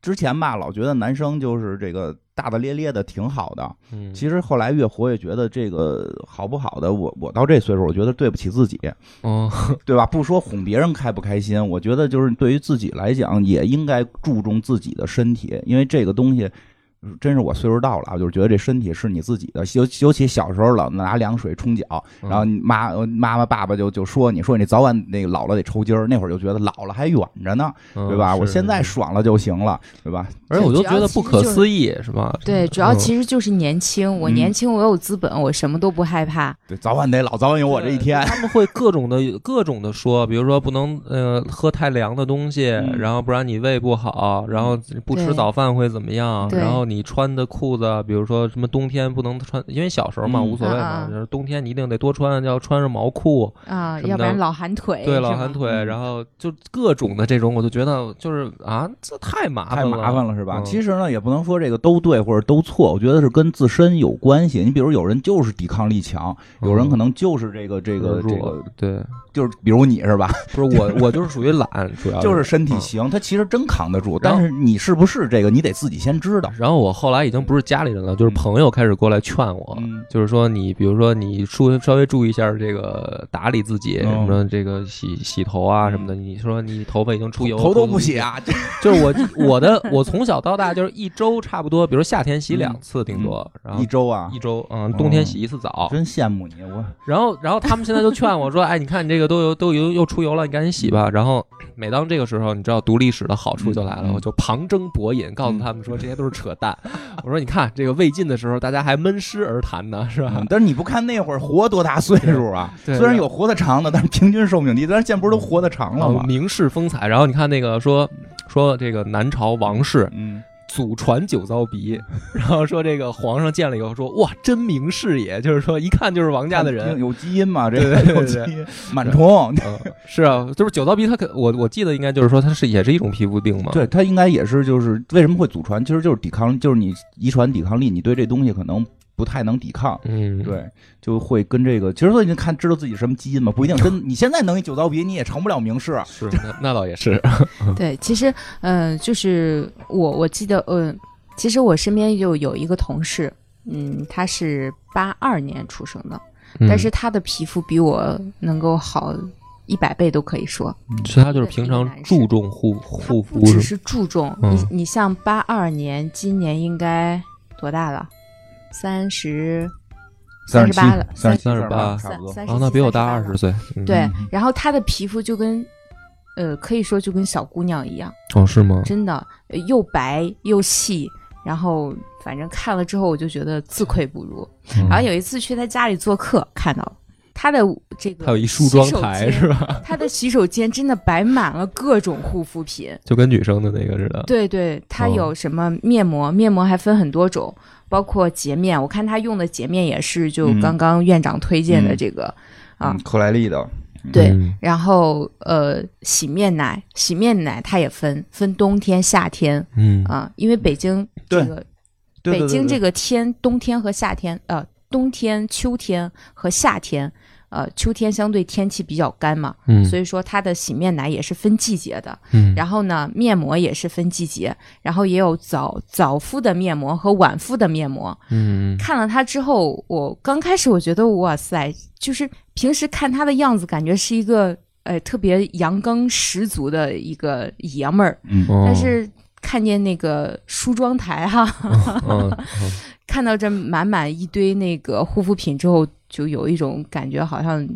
Speaker 3: 之前吧，老觉得男生就是这个大大咧咧的挺好的。
Speaker 1: 嗯
Speaker 3: 其实后来越活越觉得这个好不好的，我我到这岁数，我觉得对不起自己，
Speaker 1: 哦，
Speaker 3: 对吧？不说哄别人开不开心，我觉得就是对于自己来讲，也应该注重自己的身体，因为这个东西。真是我岁数到了啊，就是觉得这身体是你自己的，尤尤其小时候老拿凉水冲脚，然后
Speaker 1: 嗯
Speaker 3: 你妈呃妈妈爸爸就就说你说你早晚那个老了得抽筋儿，那会儿就觉得老了还远着呢，对吧？我现在，
Speaker 1: 嗯是
Speaker 3: 爽了就行了，对吧？
Speaker 1: 而且我都
Speaker 2: 主要
Speaker 1: 觉得
Speaker 2: 其
Speaker 1: 不
Speaker 2: 实
Speaker 1: 可
Speaker 2: 就是
Speaker 1: 思议，是吧？嗯
Speaker 2: 对，主
Speaker 1: 哦
Speaker 2: 要其实就是年轻，我
Speaker 3: 嗯
Speaker 2: 年轻，我有资本，我什么都不害怕。
Speaker 3: 对，早晚得老，早晚有我这一天。
Speaker 1: 他们会各种的各种的说，比如说不能呃喝太凉的东西，
Speaker 3: 嗯
Speaker 1: 然后不然你胃不好，然后不吃
Speaker 2: 对
Speaker 1: 早饭会怎么样，
Speaker 2: 对
Speaker 1: 然后你穿的裤子，比如说什么冬天不能穿，因为小时候嘛
Speaker 3: 嗯
Speaker 1: 无所谓
Speaker 2: 啊
Speaker 1: 嘛
Speaker 2: 啊，
Speaker 1: 就是冬天你一定得多穿，要穿上毛裤，
Speaker 2: 啊、
Speaker 1: 什么
Speaker 2: 要不然
Speaker 1: 的
Speaker 2: 老寒腿，
Speaker 1: 对，
Speaker 2: 哎是
Speaker 1: 老
Speaker 2: 吗
Speaker 1: 寒腿，
Speaker 3: 嗯
Speaker 1: 然后就各种的这种，我就觉得就是啊，这太麻
Speaker 3: 太
Speaker 1: 烦了，
Speaker 3: 麻烦了是吧？
Speaker 1: 嗯
Speaker 3: 其实呢，也不能说这个都对或者都错，我觉得是跟自身有关系。你比如有人就是抵抗力强，有人可能就是这个这个这
Speaker 1: 嗯弱
Speaker 3: 个，，
Speaker 1: 对，
Speaker 3: 就是比如你是吧？
Speaker 1: 不是我，我就是属 于懒，主要
Speaker 3: 就是身体
Speaker 1: 嗯
Speaker 3: 行，他其实真扛得住，
Speaker 1: 然后
Speaker 3: 但是你是不是这个，你得自己先知道。
Speaker 1: 然后我后来已经不是家里人了，就是朋友开始过来劝我，
Speaker 3: 嗯
Speaker 1: 就是说你比如说你注稍微注意一下这个打理自己，
Speaker 3: 嗯
Speaker 1: 什么这个洗洗头啊什么的。你说你头发已经出油，
Speaker 3: 头都不洗，啊，这
Speaker 1: 就是我我的我从小到大就是一周差不多，比如夏天洗两次顶多，然后
Speaker 3: 嗯一。周啊
Speaker 1: 一，周，嗯，冬天洗一次澡，
Speaker 3: 真羡慕你 我。
Speaker 1: 然后，然后他们现在就劝我说：“哎，你看你这个都有都有又出油了，你赶紧洗吧。”然后，每当这个时候，你知道读历史的好处就来了，
Speaker 3: 嗯
Speaker 1: 我就旁征博引，告诉他们说这些都是扯淡。 我说：“你看这个魏晋的时候，大家还闷诗而谈呢，是吧
Speaker 3: 嗯但是你不看那会儿活多大岁数啊？
Speaker 1: 对对嗯
Speaker 3: 虽然有活得长的，但是平均寿命低。但是现在不是都活得？”长
Speaker 1: 然
Speaker 3: 了
Speaker 1: 后
Speaker 3: 吗？
Speaker 1: 名士风采。然后你看那个说说这个南朝王氏，
Speaker 3: 嗯，
Speaker 1: 祖传酒糟鼻，然后说这个皇上见了以后说哇真名士也，就是说一看就是王家的人，
Speaker 3: 有基因嘛？这
Speaker 1: 对
Speaker 3: 个
Speaker 1: 对对
Speaker 3: 有基因，螨虫。
Speaker 1: 嗯，是啊，就是酒糟鼻，它可我我记得应该就是说它是也是一种皮肤病嘛。
Speaker 3: 对，它应该也是，就是为什么会祖传，其实就是抵抗，就是你遗传抵抗力，你对这东西可能不太能抵抗。
Speaker 1: 嗯，
Speaker 3: 对，就会跟这个，其实说你看知道自己什么基因嘛，不一定跟你现在能一酒糟鼻，你也成不了名士。
Speaker 1: 是那那倒也 是，
Speaker 2: 对，其实，嗯、就是我我记得，嗯、其实我身边就有一个同事，嗯，他是八二年出生的，
Speaker 1: 嗯
Speaker 2: 但是他的皮肤比我能够好一百倍都可以说。
Speaker 1: 嗯所以他就是平
Speaker 2: 一
Speaker 1: 常
Speaker 2: 男士
Speaker 1: 注重护
Speaker 2: 他
Speaker 1: 护肤
Speaker 2: 不只
Speaker 1: 是
Speaker 2: 是注重、
Speaker 1: 嗯
Speaker 2: 你，你像八二年，今年应该多大了？三十
Speaker 3: 三
Speaker 2: 十八了，
Speaker 3: 三
Speaker 1: 三十八
Speaker 3: 差不多。
Speaker 2: 三
Speaker 1: 吗
Speaker 2: 十
Speaker 1: 啊，那比我大二
Speaker 2: 十
Speaker 1: 十岁。嗯
Speaker 2: 对
Speaker 3: 嗯，
Speaker 2: 然后她的皮肤就跟，呃，可以说就跟小姑娘一样，
Speaker 1: 哦，是吗？
Speaker 2: 真的呃又白又细，然后反正看了之后我就觉得自愧不如。
Speaker 1: 嗯
Speaker 2: 然后有一次去她家里做客，看到了她的这个，
Speaker 1: 还有一梳妆台是
Speaker 2: 吧？
Speaker 1: 吧？
Speaker 2: 她的洗手间真的摆满了各种护肤品，
Speaker 1: 就跟女生的那个似的。
Speaker 2: 对对，它
Speaker 1: 哦
Speaker 2: 有什么面膜？面膜还分很多种，包括洁面。我看她用的洁面也是就
Speaker 3: 嗯
Speaker 2: 刚刚院长推荐的
Speaker 3: 嗯
Speaker 2: 这个，啊
Speaker 3: 嗯，克莱利的，
Speaker 2: 对，
Speaker 1: 嗯
Speaker 2: 然后呃，洗面奶，洗面奶它也分分冬天、夏天
Speaker 1: 嗯，
Speaker 2: 啊、因为北京
Speaker 3: 对
Speaker 2: 这个
Speaker 3: 对
Speaker 2: 北京这
Speaker 3: 个
Speaker 2: 个天，冬天和夏天，呃，冬天、秋天和夏天，呃，秋天相对天气比较干嘛，
Speaker 1: 嗯
Speaker 2: 所以说它的洗面奶也是分季节的，
Speaker 1: 嗯，
Speaker 2: 然后呢，面膜也是分季节，然后也有早早敷的面膜和晚敷的面膜，
Speaker 1: 嗯，
Speaker 2: 看了他之后，我刚开始我觉得哇塞，就是平时看他的样子，感觉是一个呃特别阳刚十足的一个爷们儿，
Speaker 3: 嗯
Speaker 1: 哦
Speaker 2: 但是看见那个梳妆台哈、
Speaker 1: 嗯，
Speaker 2: 看到这满满一堆那个护肤品之后，就有一种感觉，好像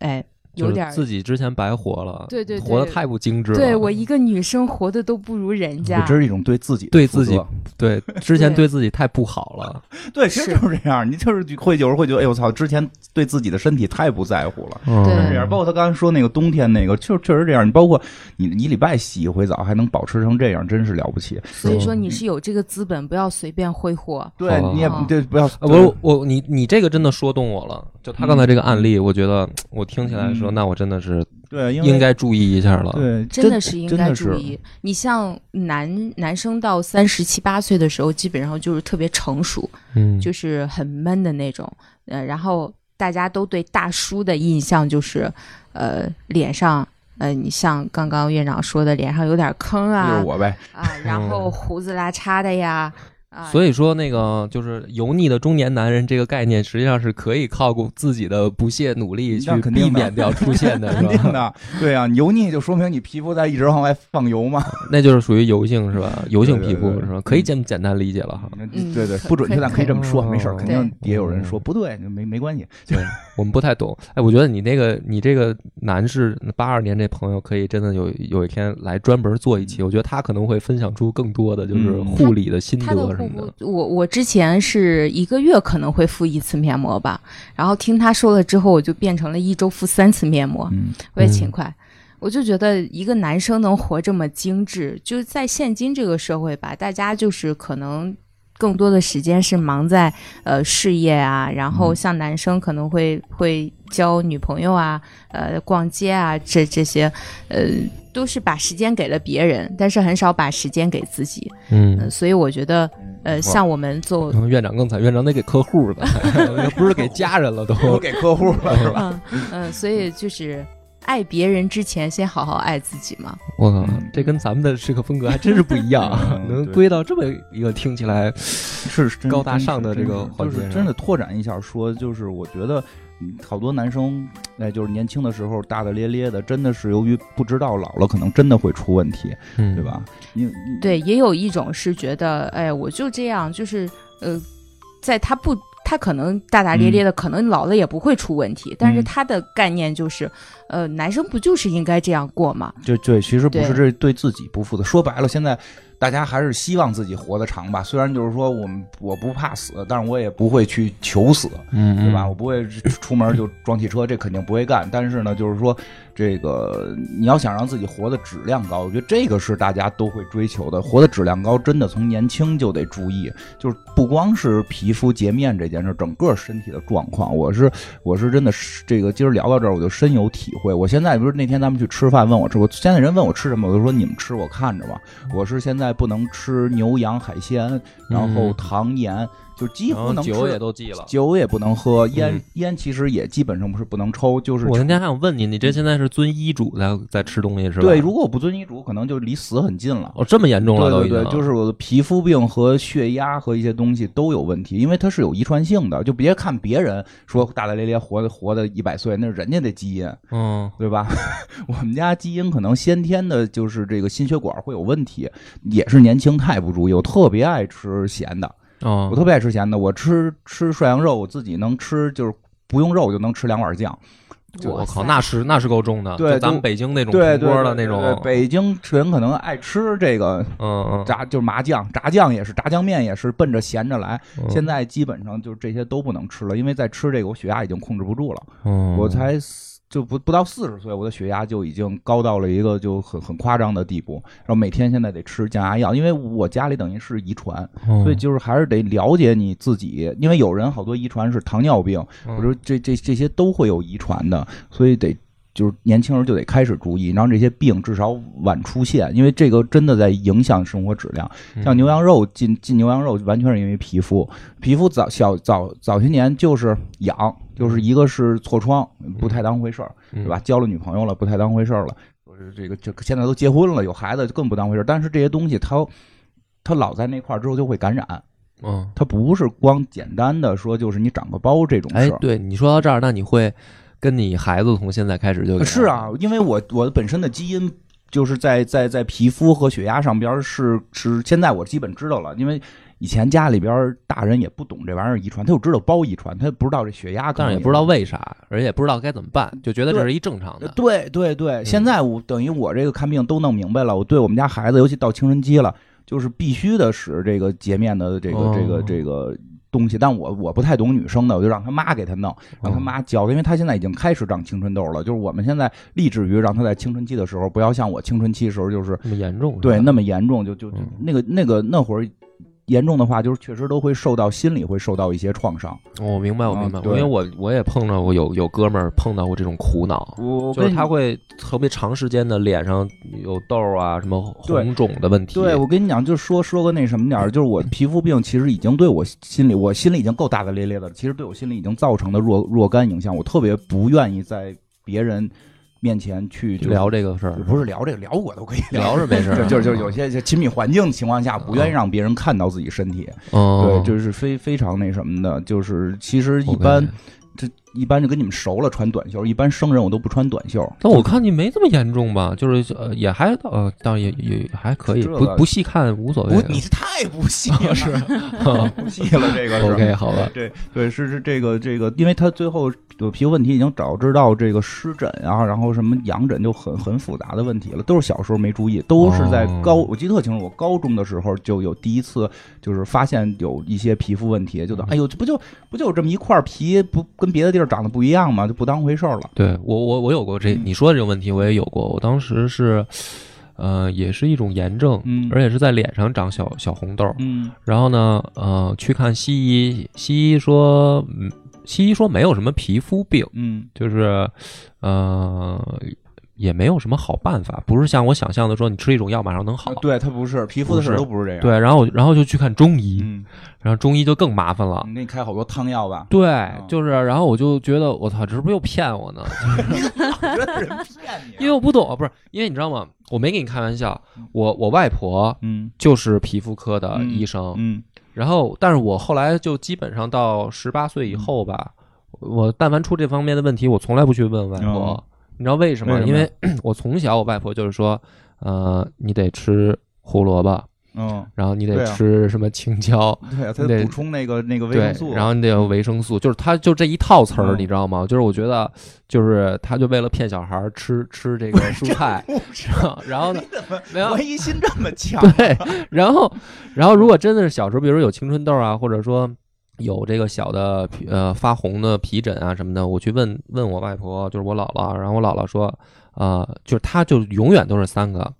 Speaker 2: 哎有
Speaker 1: 就是
Speaker 2: 点儿
Speaker 1: 自己之前白活了，
Speaker 2: 对对对
Speaker 1: 活得太不精致了。
Speaker 2: 对我一个女生活的都不如人
Speaker 3: 也
Speaker 2: 家，
Speaker 3: 真是一种对自己的
Speaker 1: 对
Speaker 3: 负
Speaker 1: 自己
Speaker 3: 责
Speaker 1: 对之前
Speaker 2: 对
Speaker 1: 对自己太不好了。
Speaker 3: 对，其实
Speaker 2: 是
Speaker 3: 就是这样，你就是会有时候会觉得，哎呦我操，之前对自己的身体太不在乎了。
Speaker 1: 嗯
Speaker 2: 对
Speaker 3: 是这样，包括他刚才说那个冬天那个，确确实这样。你包括你，你一礼拜洗一回澡，还能保持成这样，真是了不起。
Speaker 2: 所以说你是有这个资本，不要随便挥霍。
Speaker 3: 对，
Speaker 1: 哦
Speaker 3: 你也
Speaker 2: 哦
Speaker 3: 对，不要
Speaker 1: 啊，我我你你这个真的说动我了，就他刚才这个案例，我觉得我听起来说，
Speaker 3: 嗯
Speaker 1: 那我真的是
Speaker 3: 对，因为
Speaker 1: 应该注意一下了。
Speaker 3: 对，
Speaker 2: 真的是应
Speaker 3: 真
Speaker 2: 该
Speaker 3: 的是
Speaker 2: 注意。你像男男生到三十七八岁的时候，基本上就是特别成熟，
Speaker 1: 嗯，
Speaker 2: 就是很闷的那种。呃，然后大家都对大叔的印象就是，呃，脸上，呃，你像刚刚院长说的，脸上有点坑
Speaker 3: 就
Speaker 2: 啊
Speaker 3: 是我呗。
Speaker 2: 啊，然后胡子拉碴的呀啊，
Speaker 1: 所
Speaker 2: 以
Speaker 1: 以说那个就是油腻的中年男人这个概念，实际上是可以靠过自己的不懈努力去
Speaker 3: 那肯定的
Speaker 1: 避免掉出现 的，
Speaker 3: 肯
Speaker 1: 是吧？
Speaker 3: 定的，对啊，油腻就说明你皮肤在一直往外放油嘛。
Speaker 1: 那就是属于油性是吧？油性
Speaker 3: 对
Speaker 1: 皮
Speaker 3: 对
Speaker 1: 肤
Speaker 3: 对嗯
Speaker 1: 是吧？可以这么简单理解了哈。
Speaker 2: 嗯
Speaker 3: 对对，
Speaker 2: 可
Speaker 3: 不准确，
Speaker 2: 可
Speaker 3: 但可以这么说，
Speaker 1: 可
Speaker 3: 没事儿，
Speaker 1: 哦
Speaker 3: 肯定也有人说不对，没没关系。
Speaker 1: 对，我们不太懂。哎，我觉得你那个你这个男士八二年这朋友，可以真的有有一天来专门做一期，我觉得他可能会分享出更多的就是
Speaker 3: 嗯
Speaker 1: 护理的心
Speaker 2: 他的
Speaker 1: 得什
Speaker 2: 护
Speaker 1: 么的
Speaker 2: 肤。，我我之前是一个月可能会敷一次面膜吧，然后听他说了之后，我就变成了一周敷三次面膜。
Speaker 3: 嗯，
Speaker 2: 我也勤快。我就觉得一个男生能活这么精致，就是在现今这个社会吧，大家就是可能更多的时间是忙在呃事业啊，然后像男生可能会会交女朋友啊，呃逛街啊，这这些呃都是把时间给了别人，但是很少把时间给自己。呃
Speaker 1: 嗯，
Speaker 2: 所以我觉得呃，像我们做
Speaker 1: 然后院长更惨，院长得给客户 了，不是给家人 了都。
Speaker 3: 我给客户了是吧？
Speaker 2: 嗯嗯，所以就是爱别人之前，先好好爱自己嘛。
Speaker 1: 我靠
Speaker 3: 嗯，
Speaker 1: 这跟咱们的这个风格还真是不一样啊，
Speaker 3: 嗯
Speaker 1: 能
Speaker 3: 对
Speaker 1: 归到这么一个听起来，
Speaker 3: 是真
Speaker 1: 高大
Speaker 3: 真是
Speaker 1: 上的
Speaker 3: 真
Speaker 1: 这个
Speaker 3: 是
Speaker 1: 环
Speaker 3: 就是
Speaker 1: 节
Speaker 3: 真
Speaker 1: 上
Speaker 3: 的拓展一下说，就是我觉得嗯好多男生，哎，就是年轻的时候大大咧咧的，真的是由于不知道老了可能真的会出问题，
Speaker 1: 对
Speaker 3: 对？吧？你你
Speaker 2: 对，也有一种是觉得，哎，我就这样，就是呃，在他嗯不，他可能大大咧咧的，可能老了也不会出问题，但是
Speaker 3: 嗯
Speaker 2: 他的概念就是，呃，男生不就是应该这样过吗？
Speaker 3: 就对，其实不
Speaker 2: 对
Speaker 3: 是这对自己不负责。说白了，现在大家还是希望自己活得长吧。虽然就是说我们我不怕死，但是我也不会去求死，
Speaker 1: 嗯
Speaker 3: 对吧？我不会出门就装汽车，这肯定不会干。但是呢，就是说这个你要想让自己活的质量高，我觉得这个是大家都会追求的。活的质量高，真的从年轻就得注意，就是不光是皮肤洁面这件事，整个身体的状况，我是我是真的是这个，今儿聊到这儿我就深有体会。我现在不是那天咱们去吃饭，问我吃，我现在人问我吃什么，我就说你们吃，我看着吧。我是现在不能吃牛羊海鲜，然后
Speaker 1: 嗯
Speaker 3: 糖盐，就几
Speaker 1: 然
Speaker 3: 乎
Speaker 1: 后
Speaker 3: 能吃。
Speaker 1: 酒也都忌了。
Speaker 3: 酒也不能喝，烟、
Speaker 1: 嗯
Speaker 3: 烟其实也基本上不是不能抽，就是
Speaker 1: 我那天还想问你，你这现在是遵医嘱在在吃东西是吧？
Speaker 3: 对。如果我不遵医嘱，可能就离死很近了。
Speaker 1: 哦，这么严重了
Speaker 3: 对
Speaker 1: 都
Speaker 3: 对
Speaker 1: 已经，
Speaker 3: 对，就是我的皮肤病和血压和一些东西都有问题，因为它是有遗传性的。就别看别人说大大咧咧活的活的一百岁，那是人家的基因，
Speaker 1: 嗯，
Speaker 3: 对吧？ 我们家基因可能先天的就是这个心血管会有问题，也是年轻太不注意。我特别爱吃咸的，
Speaker 1: 哦，
Speaker 3: 我特别爱吃咸的。我吃吃涮羊肉，我自己能吃，就是不用肉我就能吃两碗酱。
Speaker 1: 我靠，
Speaker 2: 塞
Speaker 1: 那是那是够重的，
Speaker 3: 对
Speaker 1: 就咱
Speaker 3: 就
Speaker 1: 们北京那种
Speaker 3: 对
Speaker 1: 铜
Speaker 3: 对
Speaker 1: 锅的
Speaker 3: 对
Speaker 1: 那种，
Speaker 3: 对北京人可能爱吃这个
Speaker 1: 嗯嗯，
Speaker 3: 炸，就是麻酱，炸酱也是，炸酱面也是奔着咸着来。
Speaker 1: 嗯
Speaker 3: 现在基本上就是这些都不能吃了，因为再吃这个我血压已经控制不住了。
Speaker 1: 嗯
Speaker 3: 我才四就不不到四十岁，我的血压就已经高到了一个就很很夸张的地步，然后每天现在得吃降压药，因为我家里等于是遗传，
Speaker 1: 嗯
Speaker 3: 所以就是还是得了解你自己，因为有人好多遗传是糖尿病，
Speaker 1: 嗯
Speaker 3: 我说这这这些都会有遗传的，所以得就是年轻人就得开始注意，让这些病至少晚出现，因为这个真的在影响生活质量。
Speaker 1: 嗯
Speaker 3: 像牛羊肉进进牛羊肉，完全是因为皮肤，皮肤早小早早些年就是痒，就是一个是痤疮，不太当回事儿，
Speaker 1: 嗯
Speaker 3: 对吧？交了女朋友了，不太当回事儿了。就是这个这个现在都结婚了，有孩子就更不当回事儿。但是这些东西它它老在那块儿之后就会感染，
Speaker 1: 嗯，
Speaker 3: 它不是光简单的说就是你长个包这种事儿。
Speaker 1: 哎，对你说到这儿，那你会跟你孩子从现在开始就给他
Speaker 3: 是啊，，因为 我我本身的基因就是在在在皮肤和血压上边儿是是，现在我基本知道了，因为以前家里边儿大人也不懂这玩意儿遗传，他就知道包遗传，他不知道这血压，
Speaker 1: 但是也不知道。为啥，而且也不知道该怎么办，就觉得这是一正常的，
Speaker 3: 呃
Speaker 1: 嗯
Speaker 3: 对对对，现在我等于我这个看病都弄明白了，我对我们家孩子，尤其到青春期了，就是必须得使这个洁面的这个
Speaker 1: 哦
Speaker 3: 这个这个东西，但我我不太懂女生的，我就让他妈给他弄。让
Speaker 1: 哦
Speaker 3: 他妈教的，因为他现在已经开始长青春痘了。就是我们现在立志于让他在青春期的时候，不要像我青春期时候就是
Speaker 1: 那么严重，
Speaker 3: 对那
Speaker 1: 么
Speaker 3: 么严重，就就就
Speaker 1: 嗯
Speaker 3: 那个那个那会儿严重的话，就是确实都会受到心理会受到一些创伤。
Speaker 1: 哦我明白，我明白，
Speaker 3: 啊
Speaker 1: 因
Speaker 3: 对
Speaker 1: 为我我也碰到过有有哥们儿碰到过这种苦恼。
Speaker 3: 我
Speaker 1: 就是他会特别长时间的脸上有痘儿啊，什么红肿的问题。
Speaker 3: 对我跟你讲，就说说个那什么
Speaker 1: 嗯
Speaker 3: 点儿，就是我皮肤病其实已经对我心里，我心里已经够大大咧咧的了，其实对我心里已经造成的若若干影响，我特别不愿意在别人面前去就是
Speaker 1: 聊这个事儿，
Speaker 3: 不是聊这个，聊我都可以
Speaker 1: 聊是没事儿 嗯
Speaker 3: 就就是就是有些就亲密环境情况下，不愿意让别人看到自己身体，
Speaker 1: 哦
Speaker 3: 对，，就是非非常那什么的，就是其实一般
Speaker 1: OK
Speaker 3: 这一般就跟你们熟了穿短袖，一般生人我都不穿短袖。
Speaker 1: 但我看你没这么严重吧？就是呃，也还呃，倒也也还可以，
Speaker 3: 这个
Speaker 1: 不不细看无所谓啊
Speaker 3: 不
Speaker 1: 的。，
Speaker 3: 你是太不细了，是 不细了，这个是
Speaker 1: OK 好吧？
Speaker 3: 对对，是是这个这个，因为他最后有皮肤问题已经导致到这个湿疹啊，然后什么痒疹就很很复杂的问题了，都是小时候没注意，都是在
Speaker 1: 哦
Speaker 3: 高，我记得特清楚，我高中的时候就有第一次就是发现有一些皮肤问题，
Speaker 1: 嗯
Speaker 3: 就等，哎呦，这不就不就这么一块皮，不跟别的地儿长得不一样吗？就不当回事儿了。
Speaker 1: 对我我我有过
Speaker 3: 嗯
Speaker 1: 这你说的这个问题，我也有过。我当时是，呃，也是一种炎症，
Speaker 3: 嗯
Speaker 1: 而且是在脸上长小小红痘。
Speaker 3: 嗯，
Speaker 1: 然后呢，呃，去看西医，西医说，嗯，西医说没有什么皮肤病，
Speaker 3: 嗯
Speaker 1: 就是，呃，也没有什么好办法，不是像我想象的说你吃一种药马上能好。
Speaker 3: 对，他不是皮肤的事儿
Speaker 1: 不
Speaker 3: 都
Speaker 1: 是
Speaker 3: 不是这样。，
Speaker 1: 对，然后然后就去看中医，
Speaker 3: 嗯，
Speaker 1: 然后中医就更麻烦了。，
Speaker 3: 给你开好多汤药吧
Speaker 1: 对，
Speaker 3: 哦
Speaker 1: 就是，然后我就觉得我操，这是不是又骗我呢？
Speaker 3: 我觉得人骗你啊
Speaker 1: 因为我不懂，不是因为你知道吗？我没跟你开玩笑，我我外婆
Speaker 3: 嗯
Speaker 1: 就是皮肤科的
Speaker 3: 嗯
Speaker 1: 医生，
Speaker 3: 嗯
Speaker 1: 然后但是我后来就基本上到十八岁
Speaker 3: 嗯
Speaker 1: 以后吧，我但凡出这方面的问题，我从来不去问外婆，
Speaker 3: 哦
Speaker 1: 你知道为什么？
Speaker 3: 为什么
Speaker 1: 因为我从小我外婆就是说，呃，你得吃胡萝卜，
Speaker 3: 嗯，
Speaker 1: 然后你
Speaker 3: 对
Speaker 1: 得
Speaker 3: 啊
Speaker 1: 吃什么青椒，
Speaker 3: 对啊，他
Speaker 1: 对
Speaker 3: 补充那个那个维
Speaker 1: 对
Speaker 3: 生素，，啊
Speaker 1: 然后你得有维生素，就是它就这一套词儿，
Speaker 3: 嗯
Speaker 1: 你知道吗？就是我觉得，就是他就为了骗小孩儿 吃吃这个蔬菜，
Speaker 3: 不是
Speaker 1: 然后 然后呢
Speaker 3: 你，怎么
Speaker 1: 没 有
Speaker 3: 文艺心这么强？
Speaker 1: 对，然后然后如果真的是小时候，比如说有青春痘啊，或者说有这个小的皮呃发红的皮疹啊什么的，我去问问我外婆，就是我姥姥，然后我姥姥说，啊，就是她就永远都是三个